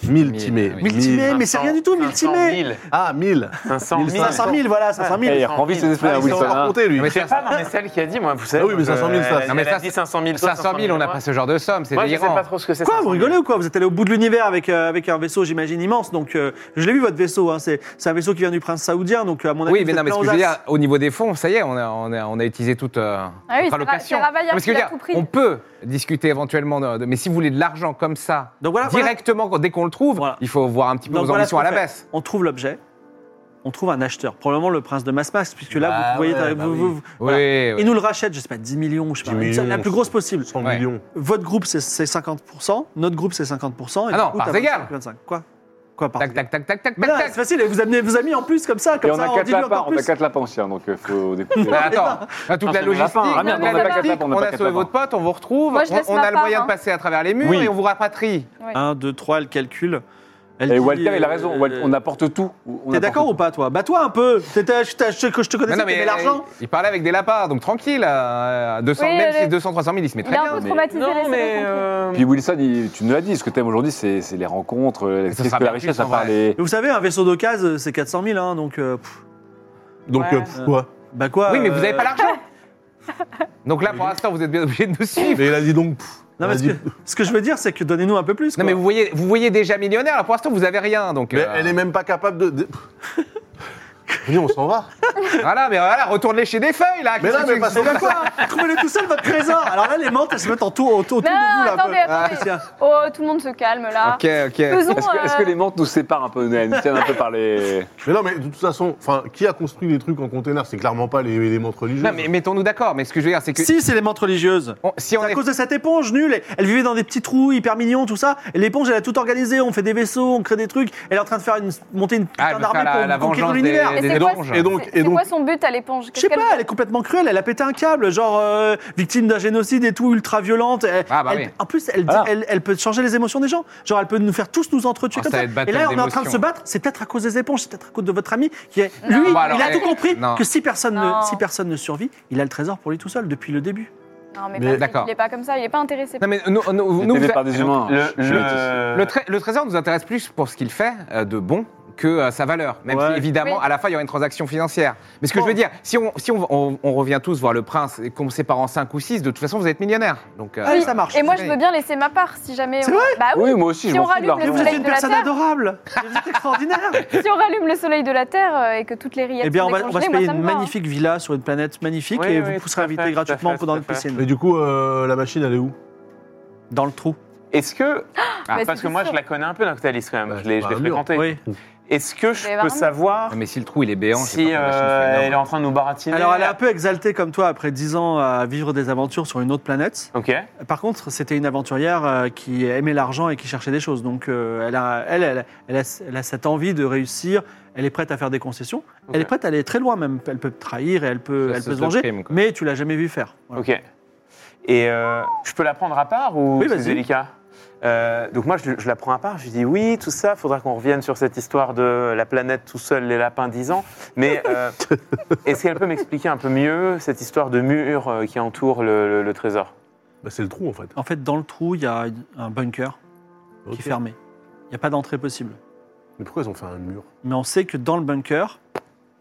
1000
Mille,
timés.
oui.
Mille-
Multimé, Eh, mais c'est rien du tout, multimé
1000.
Ah, 1000
500 000.
500 000, voilà, 500
Eh,
000.
il rend vite ses esprits
Ah,
à
il s'est
Wilson.
encore
hein.
compté, lui.
Non, mais
C'est
ça-
pas, non, mais celle qui a dit, moi, vous savez. euh,
Ah oui, mais 500 000, ça,
Non,
Non,
mais
mais ça,
dit 500 000. toi,
500 000, on n'a
moi.
pas ce genre de somme, c'est
Moi, je sais
délirant.
pas trop ce que c'est.
Quoi,
500
vous
000.
rigolez ou quoi Vous êtes allé au bout de l'univers avec, euh, avec un vaisseau, j'imagine, immense. Donc, euh, je l'ai vu, votre vaisseau. hein. c'est c'est un vaisseau qui vient du prince saoudien. Donc, à mon avis,
Oui,
vous
mais non,
êtes
mais ce
plein
que
aux
je veux
as.
dire, au niveau des fonds, ça y est, on a, on a, on a utilisé toute euh,
Ah
notre
oui, c'est Ra- c'est
allocation.
Ravaillac
Non, mais ce que je
qui
veux
l'a tout pris.
on peut discuter éventuellement, de- de- mais si vous voulez de l'argent comme ça,
Donc, voilà. voilà.
directement, quand- dès qu'on le trouve,
Voilà.
il faut voir un petit peu
Donc,
vos
voilà
ambitions
ce qu'on
à la
fait.
baisse.
On trouve l'objet, on trouve un acheteur. Probablement le prince de Masmas, puisque là,
Bah
vous voyez.
ouais, bah
vous-
oui.
vous- vous- voilà.
Oui, oui.
Il nous le rachète, je sais pas, 10 millions, je sais
10
pas. une-
millions,
la plus grosse possible.
100
Ouais.
millions.
Votre groupe, c'est c'est 50%, notre groupe, c'est 50%. Et
Ah
du
non,
coup,
parts
t'as 25,
égales.
25. Quoi Quoi, par
Tac, tac, tac, tac, tac,
Mais là,
tac,
c'est
tac.
facile, et vous amenez vos amis en plus, comme ça,
Et
comme
on
ça,
a
on,
quatre
dilue
lapins,
encore
on a
plus.
quatre lapins aussi, hein, donc euh, faut découvrir.
Mais Bah, Attends, là, toute la
Ah, c'est des lapins.
logistique,
Ah,
merde,
on a
on a pas
la
quatre
logistique,
lapins, on a
on
pas
a
quatre
sauvé
lapins.
votre pote, on vous retrouve,
Moi, je laisse
on, on
ma
a le
part,
moyen
hein.
de passer à travers les murs
Oui.
et on vous rapatrie.
1, 2, 3, elle calcule. Elle
Et
dit,
Walter, il a
euh,
raison. Wal- On apporte tout. On
T'es
apporte
d'accord
tout.
ou pas, toi Bah, toi, un peu. T'étais- Je t'ai- je- que je te connaissais, t'aimais l'argent.
il, il parlait avec des lapins, donc tranquille, euh, 200,
Oui,
même
allez.
si 200, 300 000, il se met
Il
très
a
bien.
un peu
mais-
traumatisé les
Non, mais.
séries.
euh,
Puis Wilson, il- tu nous l'as dit, ce que t'aimes aujourd'hui, c'est c'est les rencontres, euh,
ça
qu'est-ce
sera
que la
perdu,
richesse, à
en
part
vrai.
les.
Et vous savez, un vaisseau d'occasion, c'est 400 000, hein, donc. euh, pff,
Donc,
Ouais.
euh, pff, quoi
bah, quoi
Oui, mais vous
euh,
n'avez pas l'argent. Donc là, pour l'instant, vous êtes bien obligé de nous suivre.
Mais il a dit donc. pff,
Non, mais ce
elle a
que,
dit-
ce que je veux dire, c'est que donnez-nous un peu plus. quoi.
Non, mais vous voyez, vous voyez déjà millionnaire, là, pour l'instant, vous avez rien. Donc,
Mais
euh,
elle est même pas capable de. de- Venez, on s'en va.
Voilà, mais voilà, retournez chez des feuilles, là.
Mais
qu'est-ce
non,
que
mais
tu-
parce que-
Quoi Trouvez-le tout seul, votre trésor Alors là, les mentes, elles se mettent en tour, autour de
Non,
vous, là. un peu.
attendez, attendez.
Tiens.
Oh, tout le monde se calme là.
Ok, ok.
Ah. Faisons.
Est-ce que, est-ce que
euh,
les mentes nous séparent un peu, nous tiennent un peu par les.
Mais non, mais de toute façon, enfin, qui a construit les trucs en container C'est clairement pas les, les montres religieuses.
Non, mais mettons-nous d'accord, mais ce que je veux dire, c'est que.
Si, c'est les mentes religieuses.
on- si on
C'est à
est.
cause de cette éponge nulle, elle- elle vivait dans des petits trous hyper mignons, tout ça. Et l'éponge, elle a tout organisé. On fait des vaisseaux, on crée des trucs. Elle est en train de faire une, monter une
Ah,
putain
elle veut
d'armée
faire
pour
la, la
conquérir
vengeance des,
l'univers.
Et
des
c'est quoi
éponges.
Et donc,
C'est-
et
C'est
donc,
quoi son but à l'éponge
Je
Qu'est-ce
sais
qu'elle
pas, elle est complètement cruelle. Elle a pété un câble, genre euh, victime d'un génocide et tout, ultra violente. Elle-
Ah, bah
elle-
oui.
En plus, elle, dit-
Ah.
elle, elle peut changer les émotions des gens. Genre, elle peut nous faire tous nous entretuer
Ah,
comme
ça
ça.
va être
Et
bataille
là, on est en train de
d'émotions.
se battre. C'est peut-être à cause des éponges, c'est peut-être à cause de votre ami qui est. Lui,
Bon, alors,
il a
eh,
tout compris
non.
que si personne,
Non.
ne, si personne ne survit, il a le trésor pour lui tout seul depuis le début.
Non, mais,
Mais-
Patrick,
D'accord.
il est pas comme ça, il est pas intéressé.
Non, mais nous, nous- nous,
Aidés
vous-
par des humains.
Le,
Je- je-
le,
le, tra- le trésor nous intéresse plus pour ce qu'il fait euh, de bon que euh, sa valeur, même
Ouais.
si évidemment
Oui.
à la fin il y aura une transaction financière. Mais ce que
Bon.
je veux dire, si on, si on, on- on revient tous voir le prince et qu'on sépare en 5 ou 6, de toute façon vous êtes millionnaire. Donc, euh,
Allez, ça marche.
Et moi,
c'est
je
vrai.
veux bien laisser ma part si jamais.
C'est
on-
vrai
Bah oui.
Oui, moi aussi,
Si
je m'en
on
fous de
rallume
Mais
l'argent.
vous êtes une
de la
personne
Terre.
adorable. Vous êtes extraordinaire.
Si on rallume le soleil de la Terre euh, et que toutes les rillettes
Eh bien,
sont
on va, on va se
décongelées,
payer
moi, ça
une
me va, hein.
magnifique villa sur une planète magnifique
Oui,
et
oui,
vous
tout
serez
à
invité
fait, tout à
gratuitement
fait,
pendant
tout
notre
à fait.
piscine.
Et du coup, euh, la machine, elle est où
Dans le trou.
Est-ce que.
Ah,
Ah,
Mais
parce que
c'est
moi, je
sûr.
la connais un peu, Noctalis, quand même.
Bah,
Je l'ai je
c'est
l'ai
pas un mur.
fréquentée.
Oui.
Est-ce que je
Mais
peux
vraiment.
savoir
Ah, mais si le trou il est béant, c'est
si
pas pour la Chine,
euh,
c'est
elle est
énorme.
en train de nous baratiner
Alors,
euh,
elle est un peu exaltée comme toi après 10 ans à vivre des aventures sur une autre planète.
Ok.
Par contre, c'était une aventurière euh, qui aimait l'argent et qui cherchait des choses. Donc, euh, elle, a, elle, elle, elle a, elle a cette envie de réussir. Elle est prête à faire des concessions. Elle est prête à aller très loin même. Elle peut te trahir et elle peut,
Ça,
elle
c'est
peut se
le
venger.
crime, quoi.
mais tu l'as jamais vu faire. Voilà.
Ok. Et euh, je peux la prendre à part ou
Oui, vas-y.
c'est délicat Euh, donc moi je, je la prends à part, je dis oui, tout ça, faudra qu'on revienne sur cette histoire de la planète tout seul, les lapins 10 ans. Mais euh, est-ce qu'elle peut m'expliquer un peu mieux cette histoire de mur euh, qui entoure le, le- le trésor
bah, C'est le trou, en fait.
En fait, dans le trou, il y a un bunker
Ok.
Ah, qui est fermé. Il n'y a pas d'entrée possible.
Mais pourquoi ils ont fait un mur
mais on sait que dans le bunker,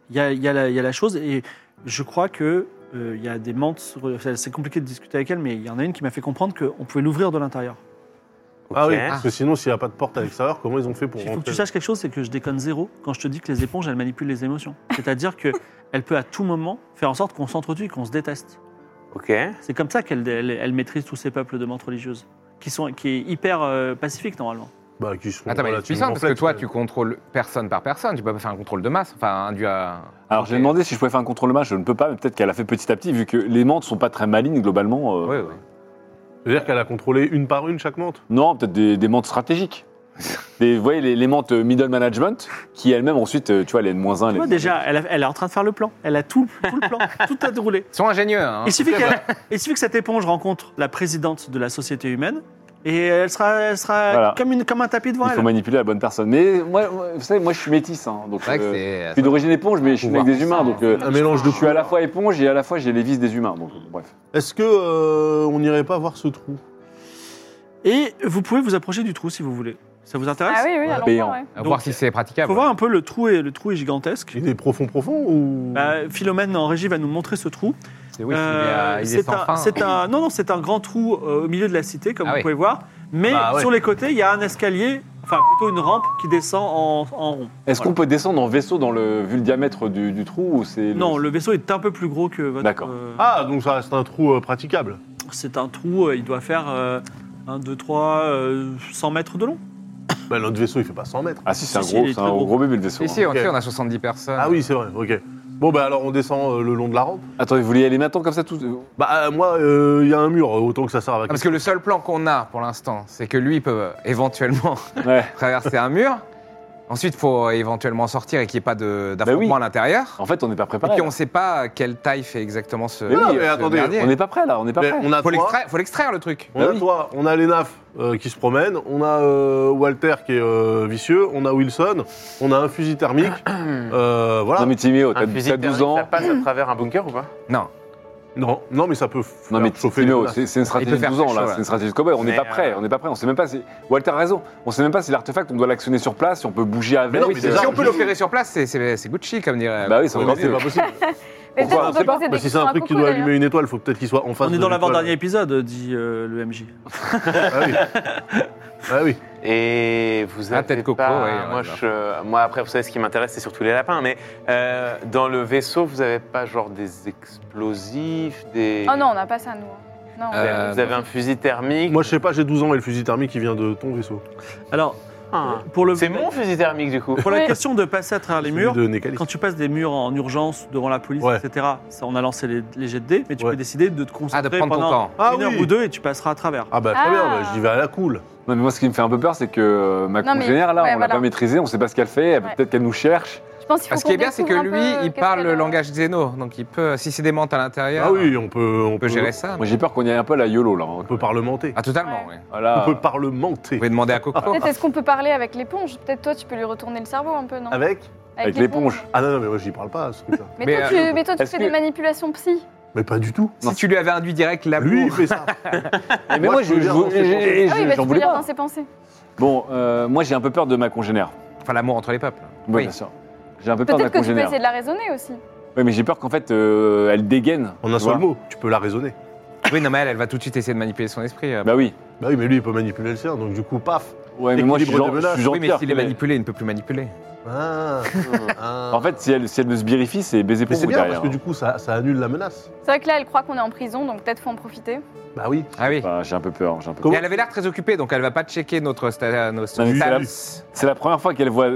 il y a, il y a la- il y a la chose. Et je crois que euh, il y a des mentes. C'est compliqué de discuter avec elle, mais il y en a une qui m'a fait comprendre qu'on pouvait l'ouvrir de l'intérieur.
Ah
Ok.
oui, parce que sinon, s'il n'y a pas de porte à l'extérieur, comment ils ont fait
Ah.
pour
Il faut que
rentrer
tu saches quelque chose, c'est que je déconne zéro quand je te dis que les éponges, elles manipulent les émotions. C'est-à-dire que elle peut à tout moment faire en sorte qu'on s'entretue, et qu'on se déteste.
Ok.
C'est comme ça qu'elle elle, elle maîtrise tous ces peuples de mentes religieuses, qui sont qui est hyper euh, pacifique normalement.
Bah, qui sont
Attends, mais elle est
relativement
puissante parce que
flex, euh.
toi
mais-
tu contrôles personne par personne, tu peux pas faire un contrôle de masse, enfin un dû à.
Alors, j'ai demandé si je pouvais faire un contrôle match, je ne peux pas, mais peut-être qu'elle a fait petit à petit, vu que les mentes sont pas très malignes globalement. euh,
Oui, oui.
C'est-à-dire qu'elle a contrôlé une par une chaque menthe
Non, peut-être des, des mentes stratégiques. Des, vous voyez, les, les mentes middle management, qui elles-mêmes ensuite, euh, tu vois, les moins 1.
Tu vois, déjà, elle, a- elle est en train de faire le plan. Elle a tout, tout le plan, tout a déroulé.
Ils sont ingénieux. Hein.
Il suffit, qu'elle- il suffit que cette éponge rencontre la présidente de la société humaine et elle sera, elle sera
Voilà.
comme, une, comme un tapis devant
Il faut
elle.
manipuler la bonne personne. Mais moi, moi, vous savez, moi je suis métisse. hein, donc,
C'est vrai que
euh,
c'est-
je suis d'origine éponge, mais je suis né avec des humains. Donc, euh,
Un mélange de
je suis à la fois éponge et à la fois j'ai les vices des humains. Donc, euh, bref.
Est-ce que euh, on n'irait pas voir ce trou
Et vous pouvez vous approcher du trou si vous voulez. Ça vous intéresse
Ah oui, oui, allons
Payant.
voir, ouais.
À voir
Donc,
si c'est praticable.
Faut voir un peu le trou est, le trou est gigantesque.
Il est profond, profond ou
Bah, Philomène en régie va nous montrer ce trou.
C'est- oui,
Euh,
il est, il est
c'est
sans
un,
fin.
c'est un- non non c'est un grand trou euh, au milieu de la cité comme
Ah
vous
oui.
pouvez voir. Mais
Bah ouais.
sur les côtés il y a un escalier, enfin plutôt une rampe qui descend en, en rond.
Est-ce
Voilà.
qu'on peut descendre en vaisseau dans le, vu le diamètre du, du trou ou c'est
Non le vaisseau est un peu plus gros que votre.
D'accord.
euh,
Ah, donc ça reste un trou euh, praticable.
C'est un trou, euh, il doit faire 1, 2, 3, 100 euh, mètres de long.
Bah, notre vaisseau, il fait pas 100 mètres.
Ah si, c'est un,
Si, si,
gros,
il est
c'est
très
un
gros.
gros bébé le vaisseau.
Si,
hein.
si, on,
Ok.
sait, on a 70 personnes.
Ah oui, c'est vrai, ok. Bon, bah alors on descend euh, le long de la rampe.
Attendez, vous voulez y aller maintenant comme ça tout
Bah, euh, moi, euh, il y a un mur, autant que ça serve à
Ah, parce que le seul plan qu'on a pour l'instant, c'est que lui peut euh, éventuellement
Ouais.
traverser un mur. Ensuite, il faut éventuellement sortir et qu'il n'y ait pas de- d'affrontement
oui.
à l'intérieur.
En Bah, fait, on n'est pas
Et
préparé.
puis,
là.
on ne sait pas quelle taille fait exactement ce.
Mais non, mais
ce
attendez,
merdier.
On n'est pas prêt là, on n'est pas
Mais
prêt.
on a
Faut
toi,
l'extraire, Ah faut l'extraire le truc.
on a
Bah oui.
toi, on a les nafs euh, qui se promènent, on a euh, Walter qui est euh, vicieux, on a Wilson, on a un fusil thermique. euh, voilà.
Non mais Timéo, t'as
Un fusil
t'as 12
thermique,
ans.
Ça passe à travers un bunker ou pas
Non.
Non, non, mais ça peut f-
Non mais
faire chauffer
Timéo,
les menaces.
c'est c'est une
Il
stratégie
peut
de
faire
12 ans
chaud,
là,
là.
c'est une stratégie de cowboy. On n'est
Mais,
pas
euh,
prêt, on n'est pas prêt. On sait même pas si. Walter a raison. On sait même pas si l'artefact on doit l'actionner sur place, si on peut bouger avec.
non, mais
c'est-
déjà,
si on peut
juste-
l'opérer sur place, c'est- c'est c'est Gucci, comme dirait.
Bah oui, ça
Non, mais c'est pas possible.
Mais peut-être
Pourquoi
on
Je sais
peut
pas.
poser
Bah,
des
si c'est un
questions à
truc qui
Coco,
doit
d'ailleurs.
allumer une étoile, faut peut-être qu'il soit en face
On est
de
dans
l'étoile.
l'avant-dernier épisode, dit euh, le MJ.
Ah oui. Ah oui.
Et vous
Ah,
avez
peut-être Coco,
pas...
ouais, ouais,
moi,
bah.
je- moi, après, vous savez, ce qui m'intéresse, c'est surtout les lapins. Mais euh, dans le vaisseau, vous avez pas genre des explosifs, des...
Oh non, on n'a pas ça, nous. Non.
Vous avez,
Euh,
vous avez un fusil thermique.
Moi, je sais pas, j'ai 12 ans et le fusil thermique qui vient de ton vaisseau.
Alors,
Ah.
pour, le,
C'est mon fusil thermique, du coup.
pour la
Oui.
question de passer à travers les
Celui
murs,
de Nécalis.
quand tu passes des murs en urgence devant la police,
Ouais.
etc., ça, on a lancé les, les jets de dés, mais tu
Ouais.
peux décider de te
Ah, de
concentrer
prendre ton
pendant
temps.
Ah
une heure
oui.
ou deux et tu passeras à travers.
Ah bah très bien,
Ah.
bah, j'y vais à la cool.
Non mais moi ce qui me fait un peu peur c'est que euh, ma
Non, mais-
congénère là
ouais,
on l'a
voilà.
pas maîtrisée, on sait pas ce qu'elle fait, elle-
Ouais.
peut-être qu'elle nous cherche.
Je pense qu'il faut
Ah, Ce qui est
qu'on
bien, c'est que
découvre un
lui,
peu
il
qu'est-ce
parle
qu'elle
le
a-
langage Xeno. Donc, il peut. Si c'est des mentes à l'intérieur,
Ah oui, on peut,
on peut gérer ça.
Moi j'ai peur qu'on y aille un peu à la YOLO là. hein.
On peut parlementer.
Ah, totalement, oui.
Voilà.
On peut
Vous
parlementer.
pouvez demander à Coco.
Peut-être est-ce qu'on peut parler avec l'éponge Peut-être toi, tu peux lui retourner le cerveau un peu, non
Avec
Avec l'éponge.
Ah non, non, mais moi j'y parle pas à ce truc-là.
Mais,
Mais,
toi,
euh,
tu, mais toi, tu
est-ce
fais
que-
des manipulations psy.
Mais pas du tout.
Si tu lui avais induit direct la
Lui, il fait ça.
Mais moi, je-
peux lui
je-
raconter
je-
pour lui.
je-
Ah oui,
je-
bah,
j'en
tu peux
voulais
lire
pas.
dans ses pensées.
Bon, euh, moi j'ai un peu peur de ma congénère.
Enfin, l'amour entre les peuples.
Oui, bien sûr. J'ai un peu peur de ma
Peut-être que tu peux
congénère.
essayer de la raisonner aussi.
Oui, mais j'ai peur qu'en fait euh, elle dégaine.
En un
tu vois.
seul mot, tu peux la raisonner.
Oui, non, mais elle, elle va tout de suite essayer de manipuler son esprit. euh,
Bah oui.
Bah oui, mais lui, il peut manipuler le sien, donc du coup, paf.
Ouais, mais moi je suis,
Équilibre
gen-
des
je suis
menaces.
gentil.
Oui, mais s'il est
après.
manipulé, il ne peut plus manipuler.
Ah, ah.
En fait, si elle, si elle ne se birifie, c'est baiser
mais
pour
c'est
vous
bien parce
derrière. hein.
que du coup, ça, ça annule la menace.
C'est vrai que là, elle croit qu'on est en prison, donc peut-être faut en profiter.
Bah oui.
Ah oui.
Bah, j'ai un peu peur. j'ai un peu
Et
peur.
elle avait l'air très occupée, donc elle va pas checker notre sta-
Bah,
nos
Non, mais c'est la-
stats.
C'est la première fois qu'elle voit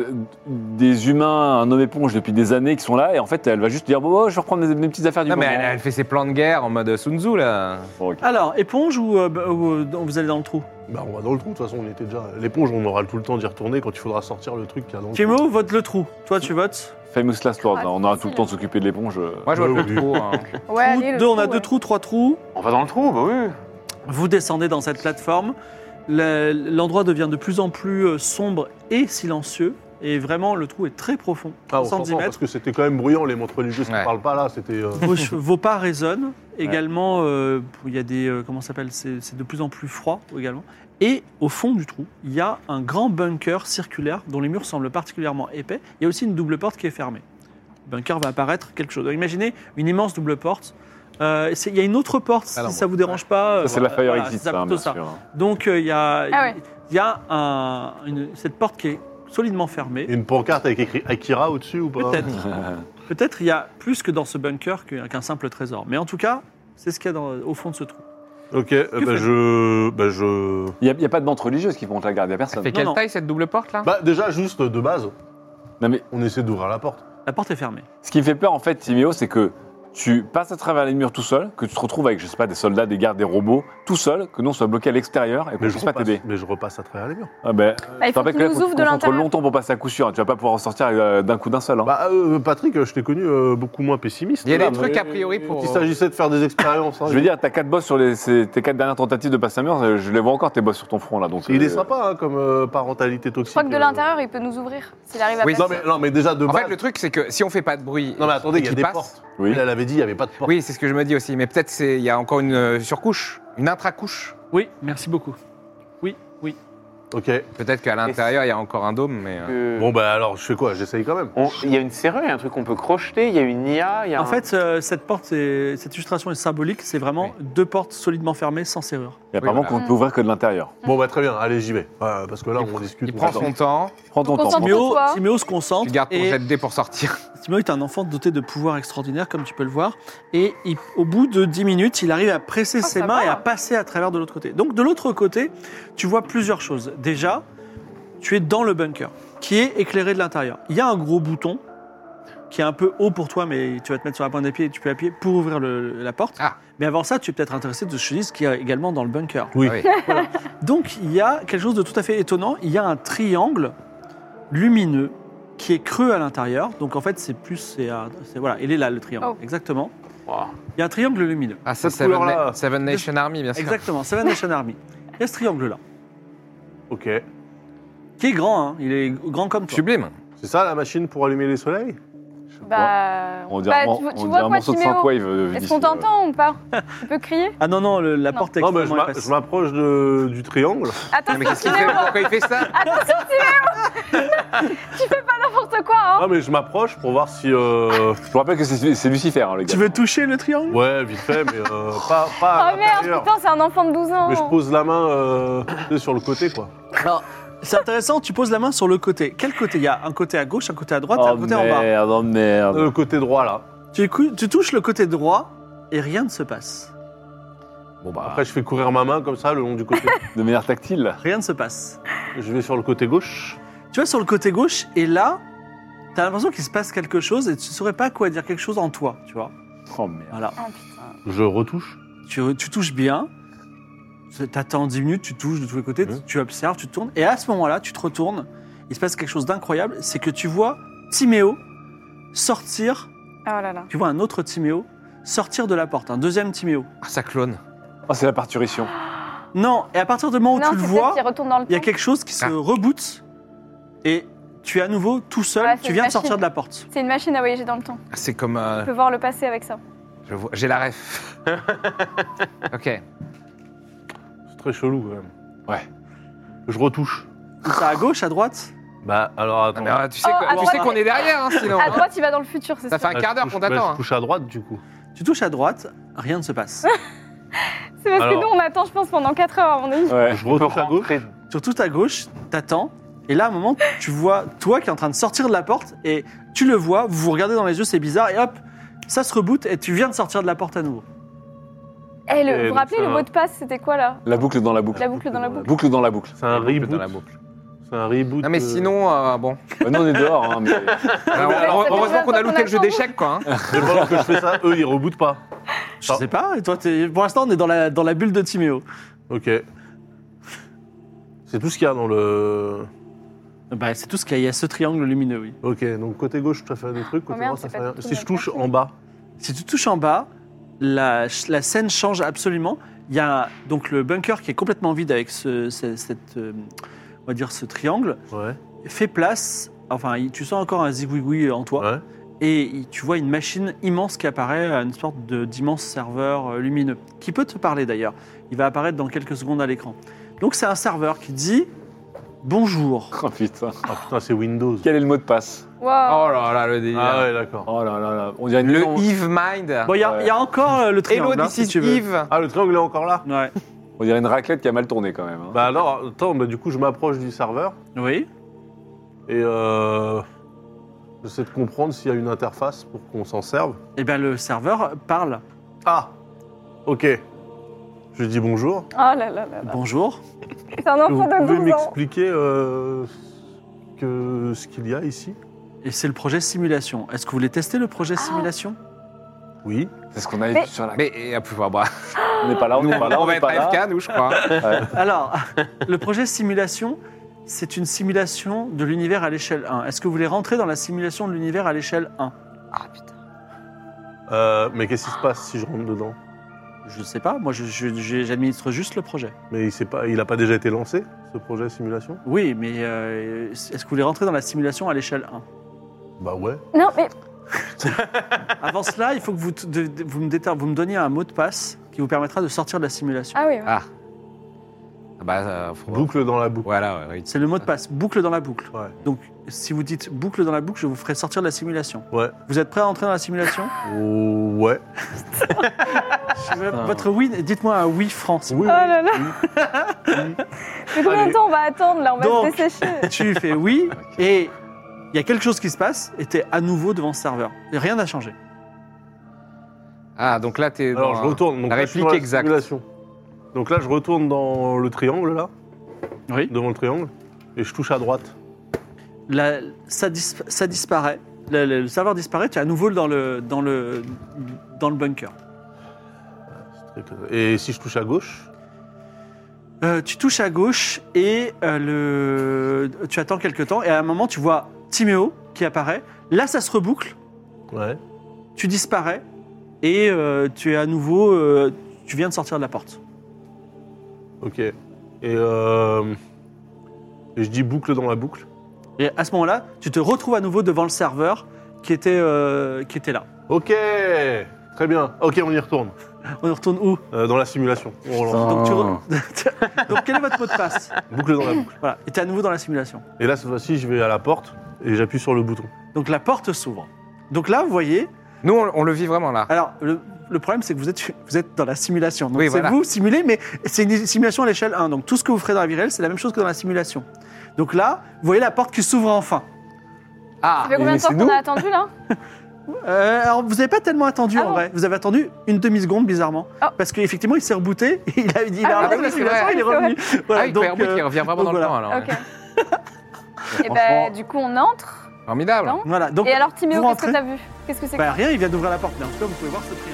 des humains, un homme éponge depuis des années qui sont là, et en fait elle va juste dire bon, oh, je vais reprendre mes, mes petites affaires du
Non, mais
moment.
elle, elle fait ses plans de guerre en mode Sun Tzu, là.
Bon, ok.
Alors, éponge ou, euh, bah, ou, euh, vous allez dans le trou
Bah on va dans le trou, de toute façon, on était déjà. L'éponge, on aura tout le temps d'y retourner quand il faudra sortir le truc qu'il y a dans le trou.
Fimo, vote le trou. Toi, tu votes.
Famous Last Words,
Ah,
hein, on aura
facile.
tout le temps de s'occuper de l'éponge. euh.
Moi, je vois
Ouais,
le trou. hein.
Ouais,
Trou
allez, le
deux, on a
trou,
deux
ouais.
trous, trois trous.
On va dans le trou, bah oui.
Vous descendez dans cette plateforme. Le- L'endroit devient de plus en plus euh, sombre et silencieux. Et vraiment, le trou est très profond,
Ah, on
70
s'entend, parce
mètres.
que c'était quand même bruyant, les montres religieuses qui
Ouais.
parlent pas là, c'était. euh,
Vos, che- vos pas résonnent. Également, euh, il y a des. euh, comment ça s'appelle C'est c'est de plus en plus froid également. Et au fond du trou, il y a un grand bunker circulaire dont les murs semblent particulièrement épais. Il y a aussi une double porte qui est fermée. Le bunker va apparaître quelque chose. Donc, imaginez une immense double porte. Euh, c'est- Il y a une autre porte, si
Ah non,
ça vous dérange pas.
Ça, c'est
euh,
la Fire
voilà,
Exit,
c'est
ça, hein,
plutôt
bien sûr.
Donc euh, il y a,
Ah ouais.
il y a un- une- cette porte qui est solidement fermée.
Une pancarte avec écrit Akira au-dessus ou pas
Peut-être.
hein.
Peut-être il y a plus que dans ce bunker que- qu'un simple trésor. Mais en tout cas, c'est ce qu'il y a dans- au fond de ce trou.
Ok, euh, bah,
fais-
je. Bah, je.
Il n'y a, il y a pas de mente religieuse qui monte la garde, il n'y a
Elle
personne.
fait quelle
non.
taille cette double porte, là
Bah, déjà, juste de base,
Non, mais
on essaie d'ouvrir la porte.
La porte est fermée.
ce qui me fait peur en fait, Timéo, c'est que tu passes à travers les murs tout seul, que tu te retrouves avec, je sais pas, des soldats, des gardes, des robots, tout seul, que nous on soit bloqué à l'extérieur et qu'on
Mais
ne
je,
puisse pas
repasse,
t'aider.
mais je repasse à travers les murs.
Ah
Bah, il
ben, je te
faut
rappelle
qu'il
que là,
nous
faut
ouvre
que
de
tu concentres
l'intérieur.
longtemps pour passer à coup sûr. hein. Tu vas pas pouvoir en sortir euh, d'un coup d'un seul. hein.
Bah, euh, Patrick, je t'ai connu euh, beaucoup moins pessimiste.
Il y a
là,
des
mais
trucs a priori pour.
Quand il s'agissait de faire des expériences, hein,
je veux dire, t'as quatre boss sur les, c'est- tes quatre dernières tentatives de passer un mur, euh, je les vois encore tes boss sur ton front là. Donc,
il
euh,
est sympa hein, comme euh, parentalité toxique.
Je crois que de
euh.
l'intérieur, il peut nous ouvrir s'il arrive à
Oui,
passer.
Non mais, non, mais déjà de
En
base.
fait, le truc, c'est que si on fait pas de bruit.
Non mais
et
attendez, il y a
qu'il
des
passe-
portes.
Oui.
Elle, elle avait dit, il n'y avait pas de porte.
Oui, c'est ce que je me dis aussi. Mais peut-être c'est- il y a encore une euh, surcouche, une intracouche.
Oui, merci beaucoup. Oui, oui.
Ok.
Peut-être qu'à l'intérieur, il y a encore un dôme, mais. euh,
que-
Bon bah alors, je fais quoi J'essaye quand même.
on- Il y a une serrure, il y a un truc qu'on peut crocheter, il y a une IA, il y a
En
un-
fait, euh, cette porte, c'est- cette illustration est symbolique. C'est vraiment deux portes solidement fermées, sans serrure.
Il y a apparemment
voilà.
qu'on peut ouvrir que de l'intérieur.
Mm.
Bon bah très bien, allez j'y vais. Ouais, parce que là, on discute.
Il
on
prend
attend.
son temps,
Prends ton
Faut
temps.
qu'on s'en
prends ton temps.
Timéo,
toi.
Timéo se
tu
concentre.
gardes ton
et
jet de dés pour sortir.
Timéo est un enfant doté de pouvoirs extraordinaires, comme tu peux le voir. Et il- au bout de 10 minutes, il arrive à presser ses
Ah, ça
mains
va.
et à passer à travers de l'autre côté. Donc de l'autre côté, tu vois plusieurs choses. Déjà, tu es dans le bunker, qui est éclairé de l'intérieur. Il y a un gros bouton qui est un peu haut pour toi, mais tu vas te mettre sur la pointe des pieds et tu peux appuyer pour ouvrir le- la porte.
Ah.
Mais avant ça, tu es peut-être intéressé de ce ce qui est également dans le bunker.
Oui.
Ah oui.
Donc il y a quelque chose de tout à fait étonnant. Il y a un triangle lumineux qui est creux à l'intérieur. Donc en fait, c'est plus. c'est un- c'est- voilà, il est là le triangle.
Oh.
Exactement. Il y a un triangle lumineux.
Ah, ça,
Cette
Seven,
couleur-là.
Na- Seven Nation Army, bien sûr.
Exactement. Seven Nation Army. Il y a ce triangle-là.
Ok.
Qui est grand, hein. Il est grand comme toi.
Sublime.
C'est ça la machine pour allumer les soleils
Bah,
On
bah,
dirait
tu, vois-
un-
tu
on dirait
vois
un
quoi,
morceau de
Timéo
Synthwave. euh,
Est-ce
d'ici,
qu'on
euh.
t'entend ou pas Tu peux crier
Ah non, non, le- la
Non.
porte est
Non mais je
extrêmement
m'a-
épaisse.
je m'approche de- du triangle.
Attends,
Mais qu'est-ce qu'il fait Pourquoi il fait ça
n'importe quoi, hein
Ah mais je m'approche pour voir si... euh,
Je vous rappelle que c'est c'est Lucifer, hein, les gars.
Tu veux toucher le triangle
Ouais, vite fait, mais euh, pas, pas à
Oh merde,
l'intérieur.
putain, c'est un enfant de 12 ans
bah, Mais je pose la main euh, tu sais, sur le côté, quoi.
Alors, c'est intéressant. Tu poses la main sur le côté. Quel côté Il y a un côté à gauche, un côté à droite, et
Oh
un côté en bas.
merde, oh merde.
Euh, Le côté droit, là.
Tu, cou- tu touches le côté droit et rien ne se passe.
Bon bah,
Après, je fais courir ma main comme ça le long du côté.
de manière tactile.
Rien ne se passe.
je vais sur le côté gauche.
Tu vas sur le côté gauche et là, t'as l'impression qu'il se passe quelque chose et tu ne saurais pas quoi dire, quelque chose en toi, tu vois.
Oh merde.
Voilà.
Oh, putain.
Je retouche.
Tu, tu touches bien, t'attends 10 minutes, tu touches de tous les côtés,
Mhm.
tu observes, tu tournes et à ce moment-là, tu te retournes, il se passe quelque chose d'incroyable, c'est que tu vois Timéo sortir,
Oh là là.
tu vois un autre Timéo sortir de la porte, un deuxième Timéo.
Ah, ça clone.
Oh, c'est la parturition.
Non, et à partir du moment où
non,
Oh, tu le
c'est
vois,
peut-être qu'il retourne dans le
il y a
temps.
quelque chose qui se
Ah.
reboot et tu es à nouveau tout seul,
Ouais, c'est
tu
une
viens de
machine.
sortir de la porte.
C'est une machine à voyager dans le temps.
Ah, C'est comme. euh,
On peut voir le passé avec ça.
je vois- J'ai la ref. ok.
C'est très chelou, quand même.
Ouais.
Je retouche.
C'est à gauche, à droite
Bah, alors, attends.
Ah, mais, euh, tu sais
Oh,
que-
à
tu sais
droite.
qu'on est derrière, hein, sinon.
À
hein.
droite, il va dans le futur, c'est
Ça
sûr.
fait un
Bah,
quart
je
d'heure
touche-
qu'on
bah,
t'attend.
Je
hein.
touche à droite, du coup.
Tu touches à droite, rien ne se passe.
C'est parce
Alors-
que nous, on attend, je pense, pendant 4 heures, à mon avis.
Ouais.
Je retouche à gauche.
Sur toute à gauche, t'attends, et là, à un moment, tu vois toi qui est en train de sortir de la porte, et tu le vois, vous vous regardez dans les yeux, c'est bizarre, et hop, ça se reboot, et tu viens de sortir de la porte à nouveau.
Eh, le-
Et
vous vous
donc,
rappelez
ça
le
va.
mot de passe, c'était quoi là
La boucle dans la boucle.
La boucle dans la boucle.
Boucle dans la boucle.
C'est un
Boucle
reboot.
dans la boucle.
C'est un reboot.
Non, mais
euh,
sinon, euh, bon.
Ouais, nous, on est dehors, hein, mais.
Alors,
mais
heure-
ça fait
heureusement qu'on a
longtemps qu'on
looté le jeu
attend.
d'échecs, quoi. hein.
Mais pendant que je fais ça, eux, ils rebootent pas.
Je
Ah.
sais pas, et toi, t'es- pour l'instant, on est dans la, dans la bulle de Timéo.
Ok. C'est tout ce qu'il y a dans le.
Bah, c'est tout ce qu'il y a, il y a ce triangle lumineux, oui.
Ok, donc côté gauche, ça fait des trucs, côté
Oh, merde,
droit, ça
c'est
fait
pas
rien.
du tout
Si je
la
touche
même
en bas,
Si tu touches en bas, la, la scène change absolument. Il y a donc le bunker qui est complètement vide avec ce, ce- cette, euh, on va dire ce triangle.
ouais,
Fais place, enfin, il- tu sens encore un zigouigoui en toi.
ouais.
et il- tu vois une machine immense qui apparaît, une sorte de- d'immense serveur euh, lumineux, qui peut te parler d'ailleurs. Il va apparaître dans quelques secondes à l'écran. Donc c'est un serveur qui dit bonjour.
Oh putain.
Ah putain, c'est Windows.
Quel est le mot de passe
Waouh.
Oh là là, le délire.
Ah ouais, d'accord.
Oh là là là. On dirait une
Le
maison-
Eve Mind.
Bon, il y, a- il y a encore euh, le
Hello,
triangle, hein,
this
si
is
tu veux.
Eve.
Ah, le triangle est encore là
Ouais.
On dirait une raclette qui a mal tourné quand même. hein.
Bah alors, attends, bah, du coup, je m'approche du serveur
Oui.
et euh, j'essaie de comprendre s'il y a une interface pour qu'on s'en serve.
Et Eh bien le serveur parle.
Ah Ok. Je dis bonjour.
Oh là là là là.
Bonjour.
C'est un enfant
Vous pouvez
de 12 ans.
m'expliquer euh, que ce qu'il y a ici
Et c'est le projet simulation. Est-ce que vous voulez tester le projet
Ah.
simulation
Oui.
C'est ce qu'on avait
Mais-
vu sur la.
Mais euh, et à pouvoir bras.
On n'est pas là, on
Nous,
n'est pas là,
bah, on
on
va
n'est
être
pas là.
AFK, nous, je crois.
Alors, le projet simulation, c'est une simulation de l'univers à l'échelle 1. Est-ce que vous voulez rentrer dans la simulation de l'univers à l'échelle 1
Euh, mais qu'est-ce qui se passe si je rentre dedans
Je ne sais pas, moi je- je- je- j'administre juste le projet.
Mais il n'a pas, il a pas déjà été lancé, ce projet simulation
Oui, mais euh, est-ce que vous voulez rentrer dans la simulation à l'échelle 1
Bah ouais.
Non, mais
Avant cela, il faut que vous, t- de- de- vous me déter- vous me donniez un mot de passe qui vous permettra de sortir de la simulation.
ah oui. ouais.
Ah. Ah Bah, euh, faut-
Boucle dans la boucle.
Voilà, ouais, oui.
C'est le mot de passe, boucle dans la boucle.
Ouais.
Donc, si vous dites boucle dans la boucle, je vous ferai sortir de la simulation.
Ouais.
Vous êtes prêt à entrer dans la simulation
Oh, ouais.
Votre oui, dites-moi un oui franc. s'il vous
Oui, oui.
Oh là là. Mais combien de temps on va attendre là On va
Donc. ah,
se dessécher.
plaît. Tu fais oui, et il y a quelque chose qui se passe, et t'es à nouveau devant ce serveur. Et rien n'a changé.
Ah, donc là, t'es. dans
Alors je
un-
retourne. Donc,
la
là, je suis
réplique
dans
exacte.
simulation. Donc là, je retourne dans le triangle, là.
Oui.
Devant le triangle. Et je touche à droite.
La- ça, dis- ça disparaît. Le, le- le serveur disparaît, tu es à nouveau dans le, dans le, dans le bunker.
Et si je touche à gauche
Euh, tu touches à gauche et euh, le... tu attends quelques temps, et à un moment, tu vois Timéo qui apparaît. Là, ça se reboucle.
Ouais.
tu disparais et euh, tu es à nouveau. euh, tu viens de sortir de la porte.
Ok. Et, euh, et je dis boucle dans la boucle.
Et à ce moment-là, tu te retrouves à nouveau devant le serveur qui était, euh, qui était là.
Ok Très bien. Ok, on y retourne.
On retourne où
Euh, dans la simulation. On relance.
Donc, tu re- Donc, quel est votre mot de passe
Boucle dans la boucle.
Voilà, et tu es à nouveau dans la simulation.
Et là, cette fois-ci, je vais à la porte et j'appuie sur le bouton.
Donc la porte s'ouvre. Donc là, vous voyez.
Nous, on, on le vit vraiment là.
Alors, le, le problème, c'est que vous êtes, vous êtes dans la simulation. Donc
Oui,
c'est
voilà.
vous simulez, mais c'est une simulation à l'échelle 1. Donc tout ce que vous ferez dans la vie réelle, c'est la même chose que dans la simulation. Donc là, vous voyez la porte qui s'ouvre enfin.
Ah,
Ça fait combien
mais
de temps
c'est
qu'on
nous
a attendu là
Euh, alors, vous n'avez pas tellement attendu
Ah
en
bon
vrai. Vous avez attendu une demi-seconde, bizarrement.
Ah.
Parce qu'effectivement, il s'est rebooté. Et il a, il a
Ah,
arrêté
oui,
la
c'est
simulation,
vrai.
il est revenu. Voilà,
Ah oui,
donc,
Claire Bouc,
euh,
il revient vraiment dans
donc
le temps alors.
Ok. Et
Franchement.
ben du coup on entre.
Formidable.
Non
voilà, donc
Et alors Timéo,
vous
qu'est-ce que
rentrez
t'as vu Qu'est-ce que c'est que
bah, rien, il vient d'ouvrir la porte. Mais en tout cas, vous pouvez voir ce prix.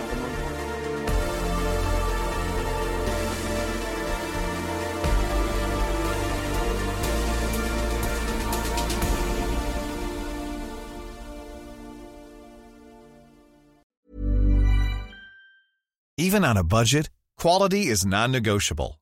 Even on a budget, quality is non-negotiable.